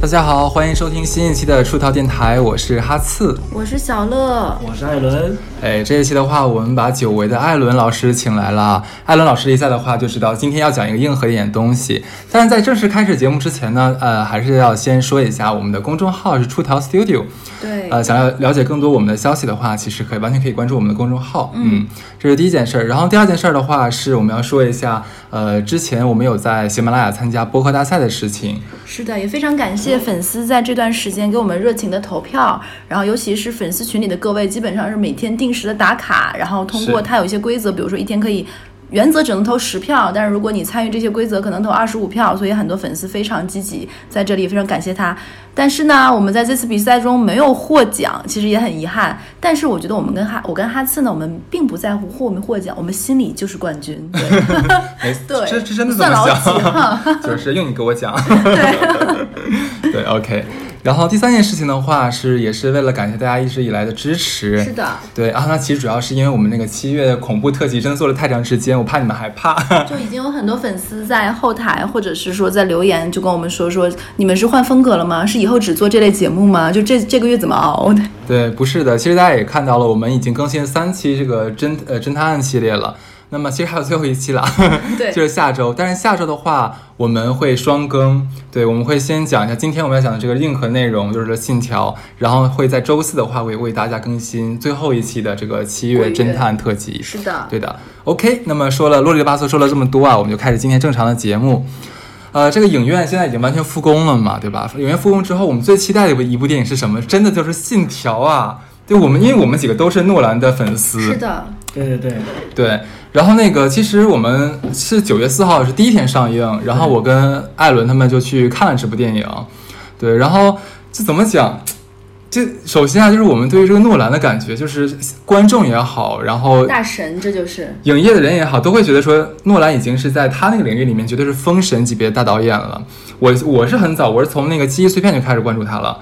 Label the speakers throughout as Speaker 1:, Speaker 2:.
Speaker 1: 大家好，欢迎收听新一期的出逃电台，我是哈刺。
Speaker 2: 我是小乐，
Speaker 3: 我是艾伦，
Speaker 1: 哎，这一期的话，我们把久违的艾伦老师请来了。艾伦老师一下的话就知道今天要讲一个硬核一点的东西。但是在正式开始节目之前呢，呃，还是要先说一下我们的公众号是出逃 Studio。
Speaker 2: 对，
Speaker 1: 呃，想要了解更多我们的消息的话，其实可以完全可以关注我们的公众号。嗯，这是第一件事儿。然后第二件事儿的话，是我们要说一下，呃，之前我们有在喜马拉雅参加播客大赛的事情。
Speaker 2: 是的，也非常感谢粉丝在这段时间给我们热情的投票，然后尤其是粉丝群里的各位，基本上是每天定时的打卡，然后通过
Speaker 1: 是
Speaker 2: 它有一些规则，比如说一天可以。原则只能投十票，但是如果你参与这些规则，可能投二十五票，所以很多粉丝非常积极，在这里非常感谢他。但是呢，我们在这次比赛中没有获奖，其实也很遗憾。但是我觉得我们跟哈，我跟哈次呢，我们并不在乎获没获奖，我们心里就是冠军。对，
Speaker 1: 哎，
Speaker 2: 对
Speaker 1: 这这真的怎么
Speaker 2: 算老
Speaker 1: 讲？
Speaker 2: 几啊哈
Speaker 1: 就是用你给我讲。对， 对，OK。然后第三件事情的话是，也是为了感谢大家一直以来的支持。
Speaker 2: 是的，
Speaker 1: 对啊，那其实主要是因为我们那个七月恐怖特辑真的做了太长时间，我怕你们害怕。
Speaker 2: 就已经有很多粉丝在后台，或者是说在留言，就跟我们说说，你们是换风格了吗？是以后只做这类节目吗？就这这个月怎么熬的？
Speaker 1: 对，不是的，其实大家也看到了，我们已经更新了三期这个侦呃侦探案系列了。那么其实还有最后一期了，
Speaker 2: 对
Speaker 1: 就是下周。但是下周的话，我们会双更，对，我们会先讲一下今天我们要讲的这个硬核内容，就是信条，然后会在周四的话会为大家更新最后一期的这个七月
Speaker 2: 鬼月
Speaker 1: 侦探特辑。
Speaker 2: 是的，
Speaker 1: 对的。OK，那么说了啰里吧嗦说了这么多啊，我们就开始今天正常的节目。呃，这个影院现在已经完全复工了嘛，对吧？影院复工之后，我们最期待的一部一部电影是什么？真的就是《信条》啊！对我们，因为我们几个都是诺兰的粉丝，
Speaker 2: 是的，
Speaker 3: 对对对，
Speaker 1: 对，然后那个其实我们是九月四号是第一天上映，然后我跟艾伦他们就去看了这部电影，对，然后这怎么讲？这首先啊，就是我们对于这个诺兰的感觉，就是观众也好，然后
Speaker 2: 大神，这就是
Speaker 1: 影业的人也好，都会觉得说诺兰已经是在他那个领域里面绝对是封神级别大导演了。我我是很早，我是从那个《记忆碎片》就开始关注他了。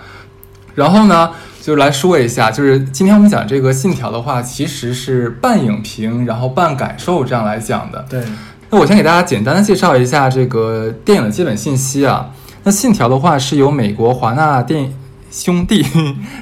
Speaker 1: 然后呢，就来说一下，就是今天我们讲这个《信条》的话，其实是半影评，然后半感受这样来讲的。
Speaker 3: 对，
Speaker 1: 那我先给大家简单的介绍一下这个电影的基本信息啊。那《信条》的话是由美国华纳电影兄弟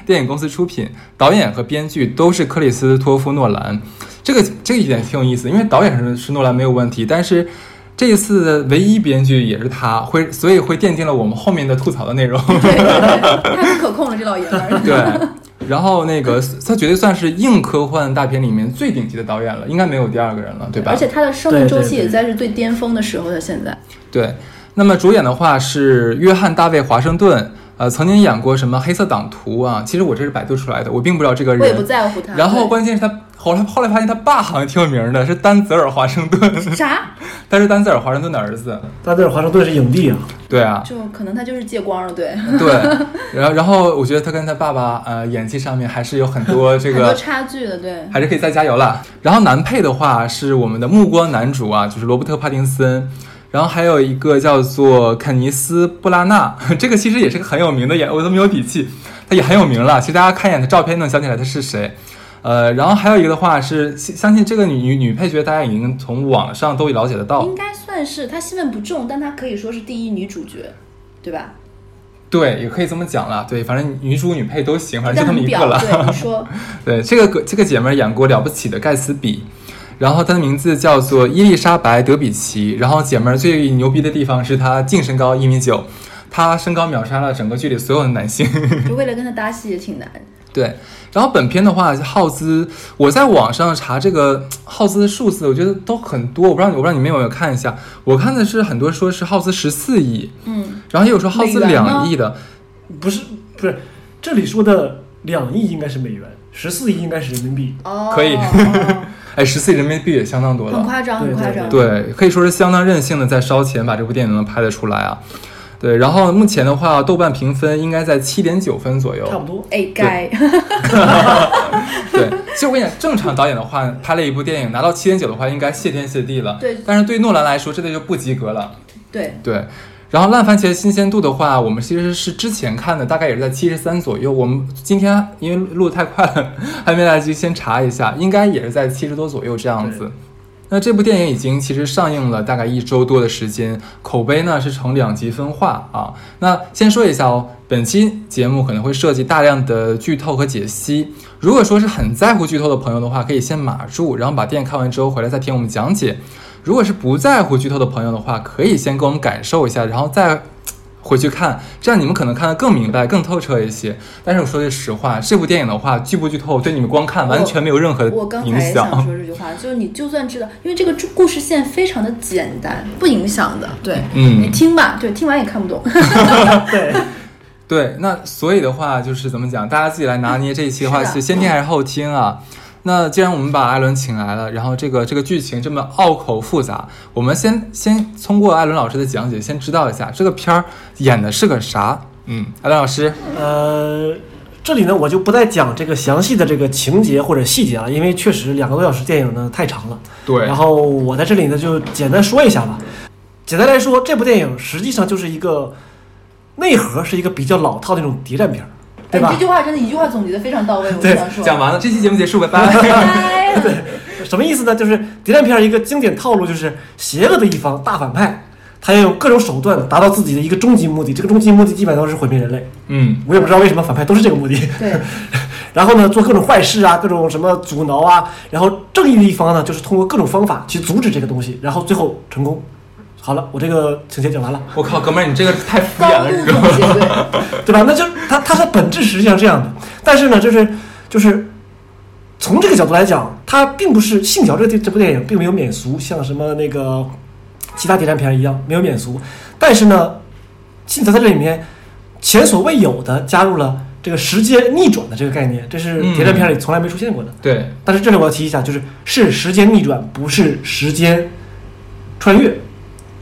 Speaker 1: 电影公司出品，导演和编剧都是克里斯托夫·诺兰。这个这个一点挺有意思，因为导演是是诺兰没有问题，但是这一次的唯一编剧也是他，会所以会奠定了我们后面的吐槽的 内容。
Speaker 2: 对对对，太不可控了，这老爷们儿。
Speaker 1: 对，然后那个他绝对算是硬科幻大片里面最顶级的导演了，应该没有第二个人了， 对吧？
Speaker 2: 而且他的生命
Speaker 3: 对对
Speaker 2: 周期
Speaker 3: 对
Speaker 2: 也在是最巅峰的时候，他现在
Speaker 1: 对，那么主演的话是约翰·大卫·华盛顿，呃，曾经演过什么《黑色党徒》啊？其实我这是百度出来的，我并不知道这个
Speaker 2: 我也不
Speaker 1: 人。
Speaker 2: 在乎他。
Speaker 1: 然后
Speaker 2: 对
Speaker 1: 关键是他后来后来发现他爸好像挺有名儿的，是丹泽尔·华盛顿，
Speaker 2: 啥？
Speaker 1: 他是丹泽尔·华盛顿的儿子。
Speaker 3: 大队华盛顿是影帝啊，
Speaker 1: 对 啊，
Speaker 2: 就可能他就是借光了，对，
Speaker 1: 对。然后然后我觉得他跟他爸爸呃演技上面还是有很多这
Speaker 2: 很多
Speaker 1: 个。
Speaker 2: 差距的，对。
Speaker 1: 还是可以再加油啦。然后男配的话是我们的目光男主啊，就是罗伯特·帕丁森。然后还有一个叫做肯尼斯·布拉纳， 这个其实也是个很有名的演，我都没有底气，他也很有名了。其实大家看一眼他照片能想起来他是谁。呃，然后还有一个的话是，相相信这个女女女配角大家已经从网上都了解得到
Speaker 2: 应，该算是她戏份不重，但她可以说是第一女主角，对吧？
Speaker 1: 对，也可以这么讲了，对，反正女主女配都行，反正
Speaker 2: 但
Speaker 1: 啊就那么
Speaker 2: 很
Speaker 1: 一
Speaker 2: 表
Speaker 1: 个了。
Speaker 2: 对你说，
Speaker 1: 对，这个这个姐妹儿演过《了不起的盖茨比》，然后她的名字叫做伊丽莎白·德比奇。然后姐妹儿最牛逼的地方是她净身高一米九，她身高秒杀了整个剧里所有的男性。
Speaker 2: 就为了跟她搭戏也挺难。
Speaker 1: 对，然后本片的话耗资，我在网上查这个耗资数字，我觉得都很多，我不知道你我不知道你们有没有看一下，我看的是很多说是耗资十四亿，
Speaker 2: 嗯，
Speaker 1: 然后也有说耗资
Speaker 2: 美元吗
Speaker 1: 两亿的，
Speaker 3: 不是不是，这里说的两亿应该是美元，十四亿应该是人民币，
Speaker 2: 哦，
Speaker 1: 可以
Speaker 2: 哦
Speaker 1: 哎，十四亿人民币也相当多了，
Speaker 2: 很夸张，很
Speaker 3: 对对
Speaker 2: 夸张。
Speaker 1: 对，可以说是相当任性的在烧钱把这部电影能拍得出来啊。对，然后目前的话，豆瓣评分应该在七点九分左右。
Speaker 3: 差不多。
Speaker 2: 哎，该
Speaker 1: 对，其实我跟你讲，正常导演的话，拍了一部电影拿到七点九的话，应该谢天谢地了。
Speaker 2: 对
Speaker 1: 但是对诺兰来说，这个就不及格了。
Speaker 2: 对，
Speaker 1: 对，然后烂番茄新鲜度的话，我们其实是之前看的，大概也是在七十三左右。我们今天因为录得太快了，还没来得及先查一下，应该也是在七十多左右这样子。那这部电影已经其实上映了大概一周多的时间，口碑呢是呈两极分化啊。那先说一下哦，本期节目可能会涉及大量的剧透和解析。如果说是很在乎剧透的朋友的话，可以先码住，然后把电影看完之后回来再听我们讲解。如果是不在乎剧透的朋友的话，可以先跟我们感受一下，然后再回去看，这样你们可能看得更明白、更透彻一些。但是我说句实话，这部电影的话，剧不剧透，对你们光看完全没有任何
Speaker 2: 我刚才
Speaker 1: 呃影
Speaker 2: 也想
Speaker 1: 响。
Speaker 2: 说这句话，就是你就算知道，因为这个故事线非常的简单，不影响的。对，
Speaker 1: 嗯
Speaker 2: 你听吧，对，听完也看不懂。
Speaker 3: 啊对，
Speaker 1: 对，那所以的话就是怎么讲，大家自己来拿捏这一期的话
Speaker 2: 是的
Speaker 1: 是先听还是后听啊？那既然我们把艾伦请来了，然后这个这个剧情这么拗口复杂，我们先先通过艾伦老师的讲解，先知道一下这个片儿演的是个啥。嗯，艾伦老师，
Speaker 3: 呃，这里呢，我就不再讲这个详细的这个情节或者细节啊，因为确实两个多小时电影呢太长了。
Speaker 1: 对
Speaker 3: 然后我在这里呢就简单说一下吧。简单来说，这部电影实际上就是一个内核是一个比较老套的那种谍战片儿，对
Speaker 2: 哎
Speaker 3: 吧
Speaker 2: 你这？句话真的一句话总结的非常到位，我就
Speaker 3: 对
Speaker 2: 想说。
Speaker 1: 讲完了，这期节目结束，拜拜。
Speaker 2: 哎呀
Speaker 3: 什么意思呢？就是谍战片儿一个经典套路就是邪恶的一方大反派，他要用各种手段达到自己的一个终极目的，这个终极目的基本上都是毁灭人类。
Speaker 1: 嗯，
Speaker 3: 我也不知道为什么反派都是这个目的。
Speaker 2: 对，
Speaker 3: 然后呢，做各种坏事啊，各种什么阻挠啊，然后正义的一方呢，就是通过各种方法去阻止这个东西，然后最后成功。好了，我这个情节讲完了，
Speaker 1: 我靠，哥们儿，你这个太敷衍
Speaker 2: 高
Speaker 1: 了，
Speaker 2: 度
Speaker 1: 你知道
Speaker 2: 总
Speaker 1: 吗？
Speaker 2: 结，对，
Speaker 3: 对吧？那就是它它的本质实际上是这样的，但是呢，就是就是从这个角度来讲，它并不是《信条》这个这部电影并没有免俗，像什么那个其他谍战片一样没有免俗，但是呢，《信条》在这里面前所未有的加入了这个时间逆转的这个概念，这是谍战片里从来没出现过的。
Speaker 1: 对，
Speaker 3: 但是这里我要提一下，就是是时间逆转，不是时间穿越。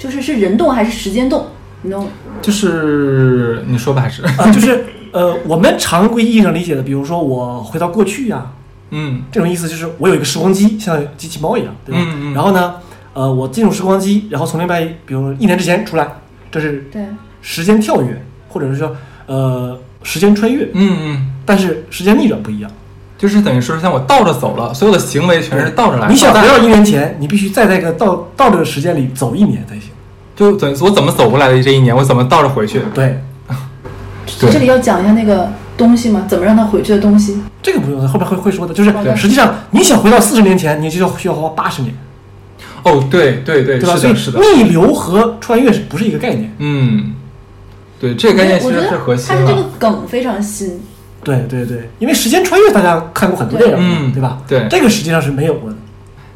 Speaker 2: 就是是人动还是时间动？你懂？
Speaker 1: 就是你说吧，还是
Speaker 3: 啊、就是呃，我们常规意义上理解的，比如说我回到过去啊呀、
Speaker 1: 嗯
Speaker 3: 这种意思就是我有一个时光机，像机器猫一样，对吧？
Speaker 1: 嗯嗯
Speaker 3: 然后呢，呃，我进入时光机，然后从另外一，比如一年之前出来，这是
Speaker 2: 对，
Speaker 3: 时间跳跃，或者是说呃时间穿越，
Speaker 1: 嗯嗯，
Speaker 3: 但是时间逆转不一样。
Speaker 1: 就是等于说是像我倒着走了，所有的行为全是倒着来的。
Speaker 3: 你想
Speaker 1: 倒
Speaker 3: 回
Speaker 1: 带
Speaker 3: 到一年前，你必须再在一个倒倒这个时间里走一年才行。
Speaker 1: 就等于我怎么走过来的这一年，我怎么倒着回去？
Speaker 3: 对，
Speaker 1: 对
Speaker 2: 这里要讲一下那个东西吗？怎么让他回去的东西？
Speaker 3: 这个不用，后面会会说的，就是
Speaker 2: 对
Speaker 3: 实际上你想回到四十年前，你就要需要花八十年，
Speaker 1: 哦，对对对，
Speaker 3: 对吧？
Speaker 1: 是的，是的
Speaker 3: 所，以逆流和穿越是不是一个概念？
Speaker 1: 嗯，对，这个概念其
Speaker 2: 我觉
Speaker 1: 实
Speaker 2: 得
Speaker 1: 是核心
Speaker 2: 它是这个
Speaker 1: 了。
Speaker 2: 梗非常新，
Speaker 3: 对对对，因为时间穿越大家看过很多电影，
Speaker 1: 对嗯
Speaker 3: 对吧？
Speaker 1: 对
Speaker 3: 这个实际上是没有 过的。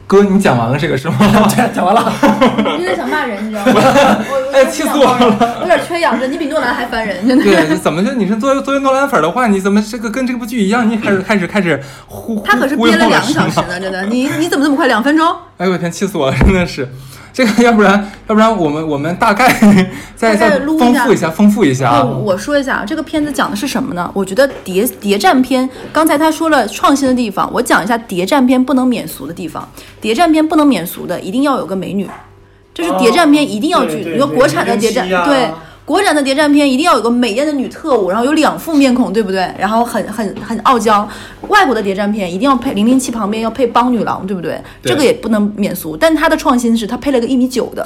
Speaker 1: 哥，你讲完了这个是吗？
Speaker 3: 对，讲完了。
Speaker 2: 我有点想骂人，你 知道吗？我
Speaker 1: 哎气死我
Speaker 2: 了！有点缺氧，真的，你比诺兰还烦人，真的。
Speaker 1: 对，你怎么就你是作为作为诺兰粉儿的话，你怎么这个跟这部剧一样，你开始开始开始忽
Speaker 2: 嗯他可是
Speaker 1: 忽悠
Speaker 2: 憋了
Speaker 1: 我
Speaker 2: 两个小
Speaker 1: 吗
Speaker 2: 时呢，真的。你你怎么这么快？两分钟？
Speaker 1: 哎呦我天，气死我了，真的是。这个要不然，要不然我们我们大概 再
Speaker 2: 大概
Speaker 1: 再
Speaker 2: 撸一
Speaker 1: 丰
Speaker 2: 下
Speaker 1: 富一下，丰富一下
Speaker 2: 那
Speaker 1: 啊。
Speaker 2: 我说一下啊，这个片子讲的是什么呢？我觉得谍谍战片，刚才他说了创新的地方，我讲一下谍战片不能免俗的地方。谍战片不能免俗的，一定要有个美女，这是谍战片一定要去。
Speaker 3: 哦对对
Speaker 2: 你说
Speaker 3: 对
Speaker 2: 国产的谍
Speaker 3: 零零
Speaker 2: 战，
Speaker 3: 七啊
Speaker 2: 对国产的谍战片一定要有个美艳的女特务，然后有两副面孔，对不对？然后很很很傲娇。外国的谍战片一定要配零零七旁边要配邦女郎，对不对？
Speaker 1: 对
Speaker 2: 这个也不能免俗。但他的创新是他配了个一米九 的，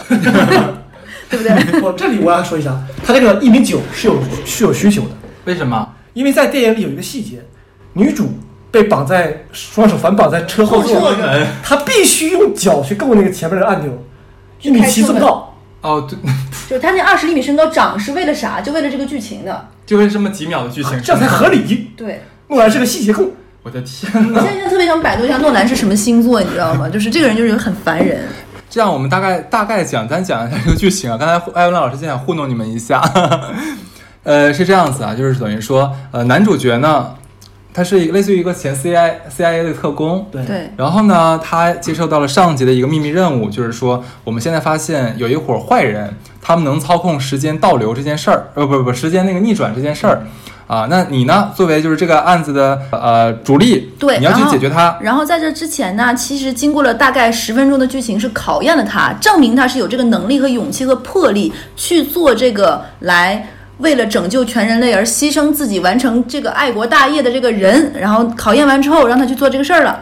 Speaker 2: 对不对？
Speaker 3: 我这里我要说一下，他这个一米九是有是有需求的，
Speaker 1: 为什么？
Speaker 3: 因为在电影里有一个细节，女主被绑在双手反绑在车后座
Speaker 1: 后座门，
Speaker 3: 她必须用脚去够那个前面的按钮，一
Speaker 2: 去
Speaker 3: 米
Speaker 2: 开
Speaker 3: 七
Speaker 2: 车
Speaker 3: 这么
Speaker 2: 门
Speaker 3: 高。
Speaker 1: 哦，对，
Speaker 2: 就是他那二十厘米身高长是为了啥？就为了这个剧情的。
Speaker 1: 就是这么几秒的剧情，
Speaker 3: 这样才合理。
Speaker 2: 对，
Speaker 3: 诺兰是个细节控，
Speaker 1: 我的天
Speaker 2: 我
Speaker 1: 呐！
Speaker 2: 现在就特别想百度一下诺兰是什么星座，你知道 吗？就是这个人就是很烦人。
Speaker 1: 这样我们大概大概简单讲一下这个剧情啊。刚才 艾文老师就想糊弄你们一下， 呃，是这样子啊，就是等于说，呃，男主角呢，他是一个类似于一个前 CIA CIA 的特工，
Speaker 3: 对
Speaker 2: 对，
Speaker 1: 然后呢，他接受到了上级的一个秘密任务，就是说我们现在发现有一伙坏人，他们能操控时间倒流这件事儿，呃，不不，时间那个逆转这件事儿。啊，那你呢？作为就是这个案子的呃主力，
Speaker 2: 对
Speaker 1: 你要去
Speaker 2: 然后
Speaker 1: 解决它。
Speaker 2: 然后在这之前呢，其实经过了大概十分钟的剧情，是考验了他，证明他是有这个能力和勇气和魄力去做这个来。为了拯救全人类而牺牲自己完成这个爱国大业的这个人，然后考验完之后让他去做这个事儿了。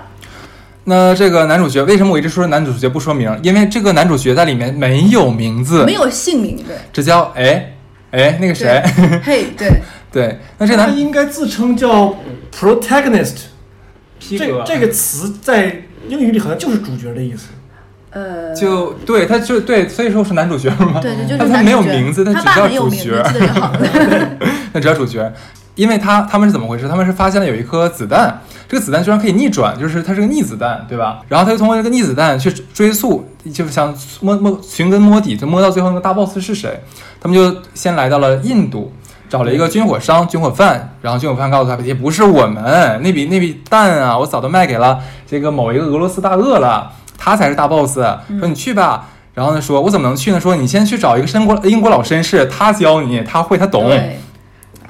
Speaker 1: 那这个男主角为什么我一直说男主角不说名？因为这个男主角在里面没有名字
Speaker 2: 没，有姓名，对
Speaker 1: 只叫哎哎那个谁，
Speaker 2: 对，嘿，对，
Speaker 1: 对，那这
Speaker 3: 他
Speaker 1: 男
Speaker 3: 应该自称叫 protagonist，
Speaker 1: 皮
Speaker 3: 这这个词在英语里好像就是主角的意思。
Speaker 2: 呃，
Speaker 1: 就对，他就对，所以说是男主角吗？
Speaker 2: 对对，就
Speaker 1: 但
Speaker 2: 是
Speaker 1: 他没有
Speaker 2: 男主角
Speaker 1: 名字，
Speaker 2: 他
Speaker 1: 只
Speaker 2: 爸
Speaker 1: 叫
Speaker 2: 很有
Speaker 1: 主
Speaker 2: 名，
Speaker 1: 角
Speaker 2: 你，记得就 好了。
Speaker 1: 那只叫主角。因为他他们是怎么回事？他们是发现了有一颗子弹，这个子弹居然可以逆转，就是它是个逆子弹，对吧？然后他就通过这个逆子弹去追溯，就是想摸摸寻根摸底，就摸到最后那个大 boss 是谁。他们就先来到了印度，找了一个军火商、军火贩，然后军火贩告诉他，也不是我们那笔那笔弹啊，我早都卖给了这个某一个俄罗斯大鳄了，他才是大 boss。说你去吧。然后呢，说我怎么能去呢？说你先去找一个英国英国老绅士，他教你，他会，他懂。
Speaker 2: 对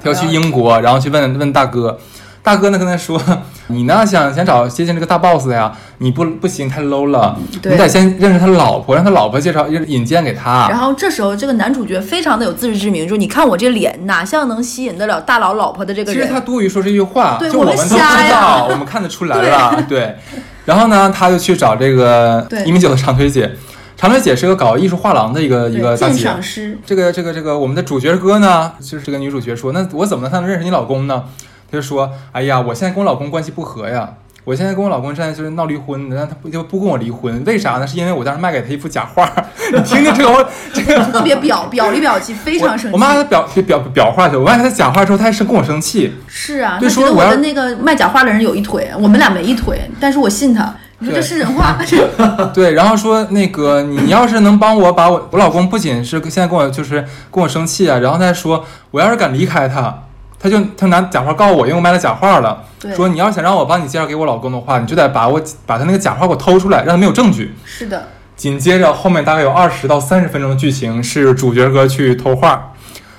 Speaker 1: 要去英国，然后去问问大哥，大哥呢跟他说， 你呢想想找接近这个大 boss 呀，你不不行，太 low 了，
Speaker 2: 对
Speaker 1: 你得先认识他老婆，让他老婆介绍引荐给他
Speaker 2: 然。后这时候，这个男主角非常的有自知之明，就是你看我这脸，哪像能吸引得了大佬老婆的这个
Speaker 1: 其实他
Speaker 2: 人？
Speaker 1: 多余说这句话，
Speaker 2: 对
Speaker 1: 就
Speaker 2: 我
Speaker 1: 们
Speaker 2: 们
Speaker 1: 都知
Speaker 2: 瞎呀
Speaker 1: 道，我们看得出来了，对。然后呢，他就去找这个
Speaker 2: 对
Speaker 1: 一米九的长腿姐，长腿姐是个搞艺术画廊的一个一
Speaker 2: 对，
Speaker 1: 个大
Speaker 2: 鉴
Speaker 1: 姐，
Speaker 2: 赏师，
Speaker 1: 这个这个这个，我们的主角哥呢，就是这个女主角说，那我怎么才能认识你老公呢？他就说，哎呀，我现在跟我老公关系不和呀，我现在跟我老公现在就是闹离婚，但他不就不跟我离婚，为啥呢？是因为我当时卖给他一幅假画， 你听听这个我这个
Speaker 2: 特别表表里表气， 非常生
Speaker 1: 我妈
Speaker 2: 气。
Speaker 1: 的表表表画去，我卖给他假画之后，他还生跟我生气，
Speaker 2: 是啊，
Speaker 1: 对
Speaker 2: 他觉
Speaker 1: 说
Speaker 2: 得
Speaker 1: 我
Speaker 2: 我
Speaker 1: 要
Speaker 2: 的那个卖假花的人有一腿，我们俩没一腿，但是我信他。你说
Speaker 1: 对
Speaker 2: 这是人话？
Speaker 1: 对，然后说那个你要是能帮我把我我老公不仅是现在跟我就是跟我生气啊，然后他还说我要是敢离开他，他就他拿假画告我，因为我卖了假画了
Speaker 2: 对，
Speaker 1: 说你要想让我帮你介绍给我老公的话，你就得把我把他那个假画给我偷出来，让他没有证据。
Speaker 2: 是的，
Speaker 1: 紧接着后面大概有二十到三十分钟的剧情是主角哥去偷画，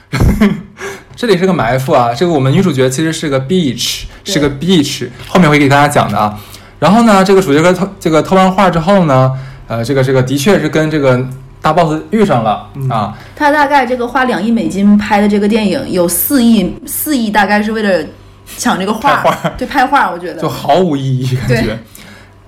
Speaker 1: 这里是个埋伏啊。这个我们女主角其实是个 beach，
Speaker 2: 对
Speaker 1: 是个 beach，后面会给大家讲的啊。然后呢，这个主角哥偷这个偷完画之后呢，呃，这个这个的确是跟这个大 boss 遇上了、啊。
Speaker 2: 他大概这个花两亿美金拍的这个电影，有四亿四亿大概是为了抢这个画，
Speaker 1: 拍画
Speaker 2: 对，拍画，我觉得
Speaker 1: 就毫无意义感觉
Speaker 2: 对。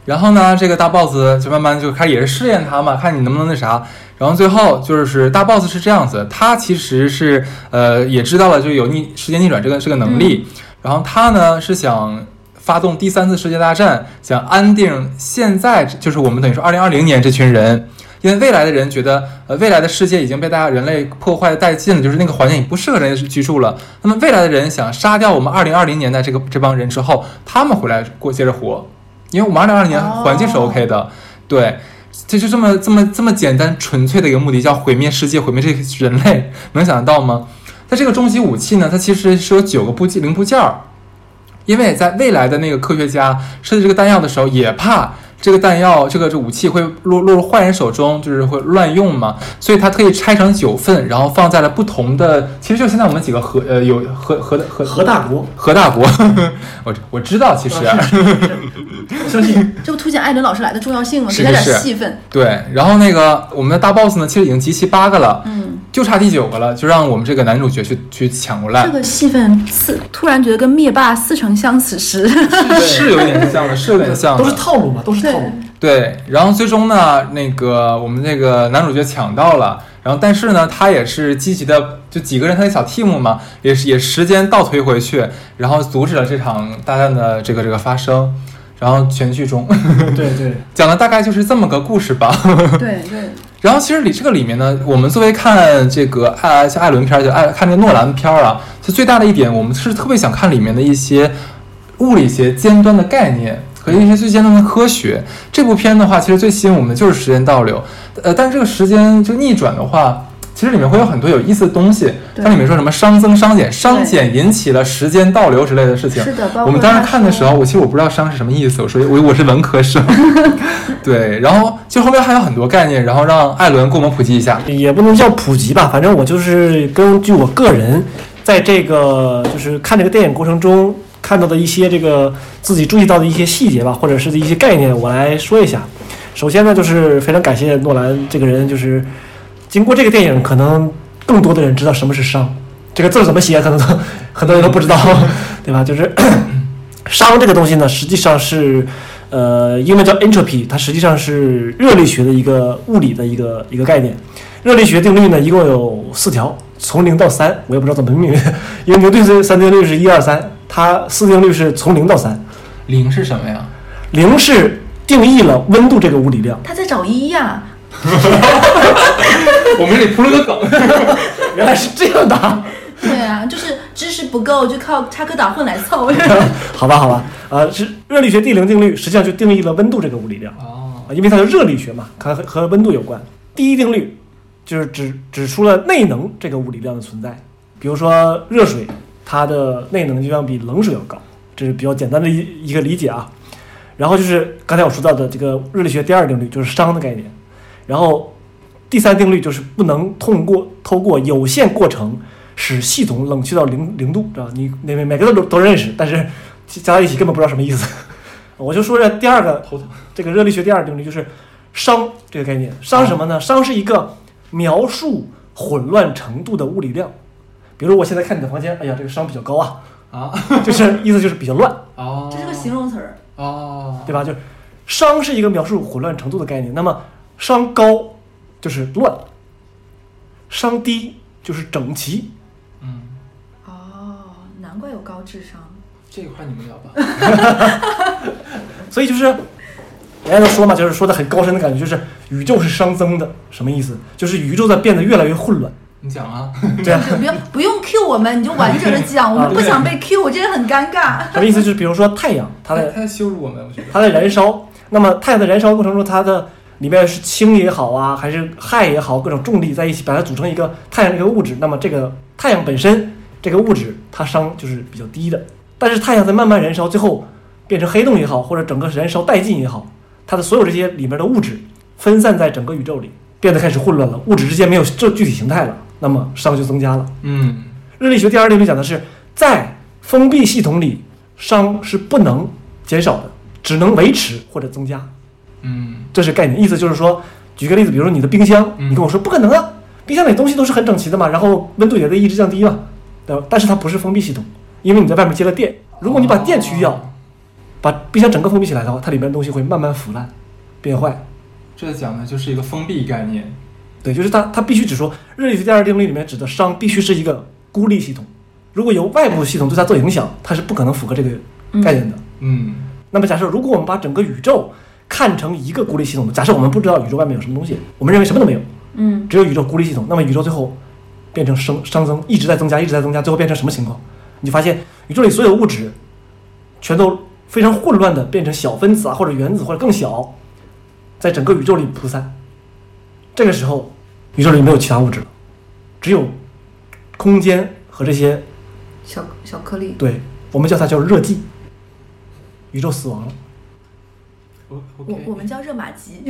Speaker 1: 然后呢，这个大 boss 就慢慢就开始也是试验他嘛，看你能不能那啥。然后最后就是大 boss 是这样子，他其实是呃也知道了就有逆时间逆转这个这个能
Speaker 2: 嗯
Speaker 1: 力，然后他呢是想发动第三次世界大战，想安定现在就是我们等于说二零二零年这群人。因为未来的人觉得，呃，未来的世界已经被大家人类破坏殆尽了，就是那个环境已经不适合人类居住了。那么未来的人想杀掉我们二零二零年代这个这帮人之后，他们回来过接着活，因为我们二零二零年
Speaker 2: 哦
Speaker 1: 环境是 OK 的，对。这就这么这么这么简单纯粹的一个目的，叫毁灭世界，毁灭这个人类，能想得到吗？它这个终极武器呢，它其实是有九个部件零部件儿，因为在未来的那个科学家设计这个弹药的时候，也怕这个弹药这个这武器会落落入坏人手中，就是会乱用嘛，所以他特意拆成九份，然后放在了不同的，其实就现在我们几个核呃有核核的核
Speaker 3: 何大国，
Speaker 1: 核大国，我我知道其实。
Speaker 3: 相信
Speaker 2: 这不凸显艾伦老师来的重要性吗？
Speaker 1: 是
Speaker 2: 给他点
Speaker 1: 是是
Speaker 2: 戏份。
Speaker 1: 对，然后那个我们的大 boss 呢，其实已经集齐八个了，
Speaker 2: 嗯，
Speaker 1: 就差第九个了，就让我们这个男主角去去抢过来
Speaker 2: 这。个戏份似突然觉得跟灭霸似曾相识时，
Speaker 1: 是有点像的，是有点像的，
Speaker 3: 都是套路嘛，都是
Speaker 2: 对
Speaker 3: 套路。
Speaker 1: 对，然后最终呢，那个我们那个男主角抢到了，然后但是呢，他也是积极的，就几个人他的小 team 嘛，也是也时间倒推回去，然后阻止了这场大战的这个这个发生，然后全剧终，
Speaker 3: 对对，
Speaker 1: 讲的大概就是这么个故事吧。
Speaker 2: 对对，
Speaker 1: 然后其实里这个里面呢，我们作为看这个艾像艾伦片儿，就艾看这个诺兰片儿啊，就最大的一点，我们是特别想看里面的一些物理学尖端的概念和一些最尖端的科学。这部片的话，其实最吸引我们的就是时间倒流，呃，但是这个时间就逆转的话。其实里面会有很多有意思的东西，
Speaker 2: 对
Speaker 1: 它里面说什么熵增、熵减、熵减引起了时间倒流之类的事情。
Speaker 2: 是的包括
Speaker 1: 我们当时
Speaker 2: 他
Speaker 1: 看的时候，
Speaker 2: 说
Speaker 1: 我其实我不知道熵是什么意思，我说我我是文科生，对，然后就后面还有很多概念，然后让艾伦给我们普及一下。
Speaker 3: 也不能叫普及吧，反正我就是根据我个人在这个就是看这个电影过程中看到的一些这个自己注意到的一些细节吧，或者是一些概念，我来说一下。首先呢，就是非常感谢诺兰这个人，就是经过这个电影，可能更多的人知道什么是伤，这个字儿怎么写，可能都很多人都不知道，对吧？就是伤这个东西呢，实际上是呃，英文叫 entropy，它实际上是热力学的一个物理的一个一个概念。热力学定律呢，一共有四条，从零到三，我也不知道怎么命名， 因为牛顿是三定律是一二三，它四定律是从零到三，
Speaker 1: 零是什么呀？
Speaker 3: 零是定义了温度这个物理量，
Speaker 2: 他在找一呀、
Speaker 1: 我们这里铺了个梗。
Speaker 3: 原来是这样的啊。
Speaker 2: 对啊，就是知识不够，就靠插科打诨来凑。
Speaker 3: 好吧，好吧，呃，是热力学第零定律，实际上就定义了温度这个物理量
Speaker 1: 哦，
Speaker 3: 啊，因为它是热力学嘛，它和和温度有关。第一定律就是指指出了内能这个物理量的存在，比如说热水，它的内能就要比冷水要高，这是比较简单的一一个理解啊。然后就是刚才我说到的这个热力学第二定律，就是熵的概念。然后第三定律就是不能通过透过有限过程使系统冷却到零零度，知道吧你每每每个都都认识，但是加在一起根本不知道什么意思。 我就说这第二个
Speaker 1: 头疼。
Speaker 3: 这个热力学第二定律就是熵这个概念。熵是什么呢？熵是一个描述混乱程度的物理量。比如我现在看你的房间，哎呀，这个熵比较高啊，
Speaker 1: 啊
Speaker 3: 就是意思就是比较乱，
Speaker 1: 哦，
Speaker 2: 这是个形容词儿，
Speaker 1: 哦，
Speaker 3: 对吧？就是熵是一个描述混乱程度的概念。那么熵高就是乱，熵低就是整齐。
Speaker 1: 嗯，
Speaker 2: 哦，难怪有高智商。
Speaker 1: 这一块你们聊吧。
Speaker 3: 所以就是人家都说嘛，就是说的很高深的感觉，就是宇宙是熵增的，什么意思？就是宇宙在变得越来越混乱。
Speaker 1: 你讲啊，
Speaker 3: 对啊，
Speaker 2: 就不用不用 Q 我们，你就完整的讲，我们不想被 Q，这个很尴尬。
Speaker 3: 什么意思？就是比如说太阳，它
Speaker 1: 他
Speaker 3: 的
Speaker 1: 他羞辱我们，我觉得。
Speaker 3: 它在燃烧。那么太阳在燃烧过程中，它的里面是氢也好啊，还是氦也好，各种重力在一起把它组成一个太阳这个物质。那么这个太阳本身这个物质，它熵就是比较低的。但是太阳在慢慢燃烧，最后变成黑洞也好，或者整个燃烧殆尽也好，它的所有这些里面的物质分散在整个宇宙里，变得开始混乱了，物质之间没有这具体形态了，那么熵就增加了。
Speaker 1: 嗯，
Speaker 3: 热力学第二定律讲的是，在封闭系统里，熵是不能减少的，只能维持或者增加，
Speaker 1: 嗯，
Speaker 3: 这是概念。意思就是说，举个例子，比如说你的冰箱，
Speaker 1: 嗯
Speaker 3: 你跟我说不可能啊，冰箱里东西都是很整齐的嘛，然后温度也在一直降低嘛，对吧？但是它不是封闭系统，因为你在外面接了电，如果你把电去掉，
Speaker 1: 哦
Speaker 3: 把冰箱整个封闭起来的话，它里面的东西会慢慢腐烂，变坏。
Speaker 1: 这讲的就是一个封闭概念。
Speaker 3: 对，就是它，它必须指出热力学第二定律里面指的熵必须是一个孤立系统，如果由外部系统对它做影响，它是不可能符合这个概念的。
Speaker 1: 嗯，
Speaker 3: 那么假设如果我们把整个宇宙看成一个孤立系统的，假设我们不知道宇宙外面有什么东西，我们认为什么都没有，
Speaker 2: 嗯，
Speaker 3: 只有宇宙孤立系统，那么宇宙最后变成熵熵增，一直在增加，一直在增加，最后变成什么情况？你就发现宇宙里所有物质全都非常混乱的变成小分子啊，或者原子或者更小，在整个宇宙里铺散。这个时候，宇宙里没有其他物质了，只有空间和这些
Speaker 2: 小小颗粒，
Speaker 3: 对我们叫它叫热寂，宇宙死亡了。
Speaker 1: 我
Speaker 2: 我
Speaker 1: OK，
Speaker 2: 我们叫热玛吉。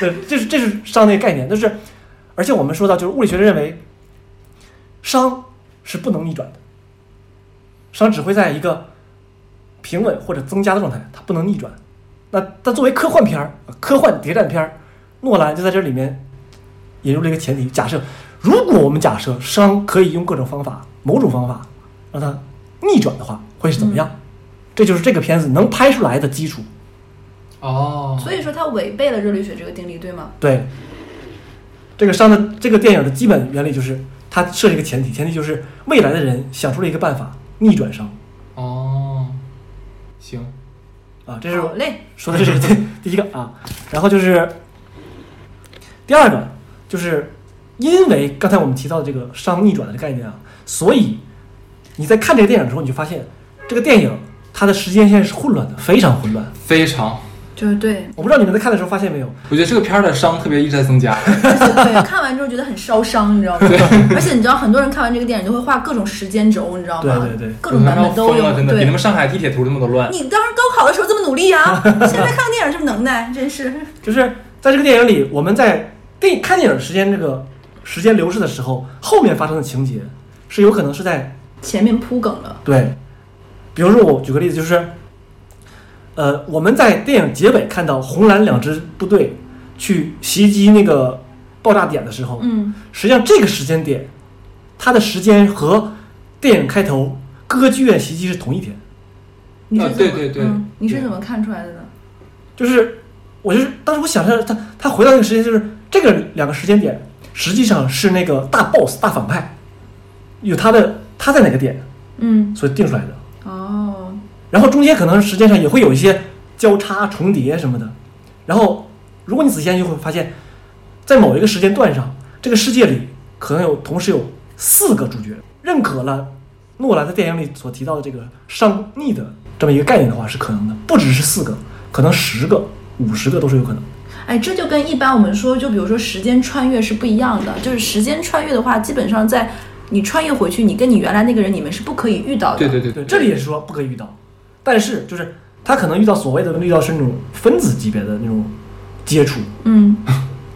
Speaker 3: 对，这是这是熵那个概念，但是而且我们说到，就是物理学家认为，熵是不能逆转的，熵只会在一个平稳或者增加的状态，它不能逆转。那但作为科幻片儿、呃科幻谍战片儿，诺兰就在这里面引入了一个前提假设：如果我们假设熵可以用各种方法、某种方法让它逆转的话，会是怎么样？这就是这个片子能拍出来的基础。
Speaker 1: 哦，
Speaker 2: 所以说它违背了热力学这个定律，对吗？
Speaker 3: 对，这个商的这个电影的基本原理就是，它设了一个前提，前提就是未来的人想出了一个办法逆转商
Speaker 1: 哦，行，
Speaker 3: 啊，这是
Speaker 2: 好嘞，
Speaker 3: 说的这是第第一个啊，然后就是第二个，就是因为刚才我们提到的这个商逆转的概念啊，所以你在看这个电影的时候，你就发现这个电影它的时间线是混乱的，非常混乱。
Speaker 1: 非常。
Speaker 2: 就是对，
Speaker 3: 我不知道你们在看的时候发现没有，
Speaker 1: 我觉得这个片儿的伤特别一直在增加。
Speaker 2: 对，看完之后觉得很烧伤，你知道吗？ 而且你知道，很多人看完这个电影就会画各种时间轴，你知道吗？
Speaker 3: 对对对
Speaker 2: 各种版本都
Speaker 1: 我他妈要疯
Speaker 2: 有。
Speaker 1: 了，啊真的比
Speaker 2: 对
Speaker 1: 他，们上海地铁图他们都乱。
Speaker 2: 你当时高考的时候这么努 力啊，现在看个电影这么能耐，真是。
Speaker 3: 就是在这个电影里，我们在电看电影时间这个时间流逝的时候，后面发生的情节是有可能是在
Speaker 2: 前面铺梗了，
Speaker 3: 对，比如说我举个例子，就是呃，我们在电影结尾看到红蓝两支部队去袭击那个爆炸点的时候，
Speaker 2: 嗯，
Speaker 3: 实际上这个时间点，它的时间和电影开头歌剧院袭击是同一天，
Speaker 2: 你是
Speaker 1: 啊
Speaker 2: 怎么、
Speaker 1: 对对对
Speaker 2: 嗯，你是
Speaker 1: 对
Speaker 2: 怎么看出来的呢？
Speaker 3: 就是我就是当时我想象他他回到那个时间，就是这个两个时间点，实际上是那个大 boss 大反派有他的他在哪个点，
Speaker 2: 嗯，
Speaker 3: 所以定出来的。
Speaker 2: 哦，
Speaker 3: 然后中间可能时间上也会有一些交叉重叠什么的。然后如果你仔细研究，会发现，在某一个时间段上，这个世界里可能有同时有四个主角。认可了诺兰在电影里所提到的这个上逆的这么一个概念的话，是可能的，不只是四个，可能十个、五十个都是有可能。
Speaker 2: 哎，这就跟一般我们说，就比如说时间穿越是不一样的。就是时间穿越的话，基本上在你穿越回去，你跟你原来那个人，你们是不可以遇到的。
Speaker 1: 对对对
Speaker 3: 对，这里也是说不可以遇到，但是就是他可能遇到所谓的遇到是那种分子级别的那种接触，
Speaker 2: 嗯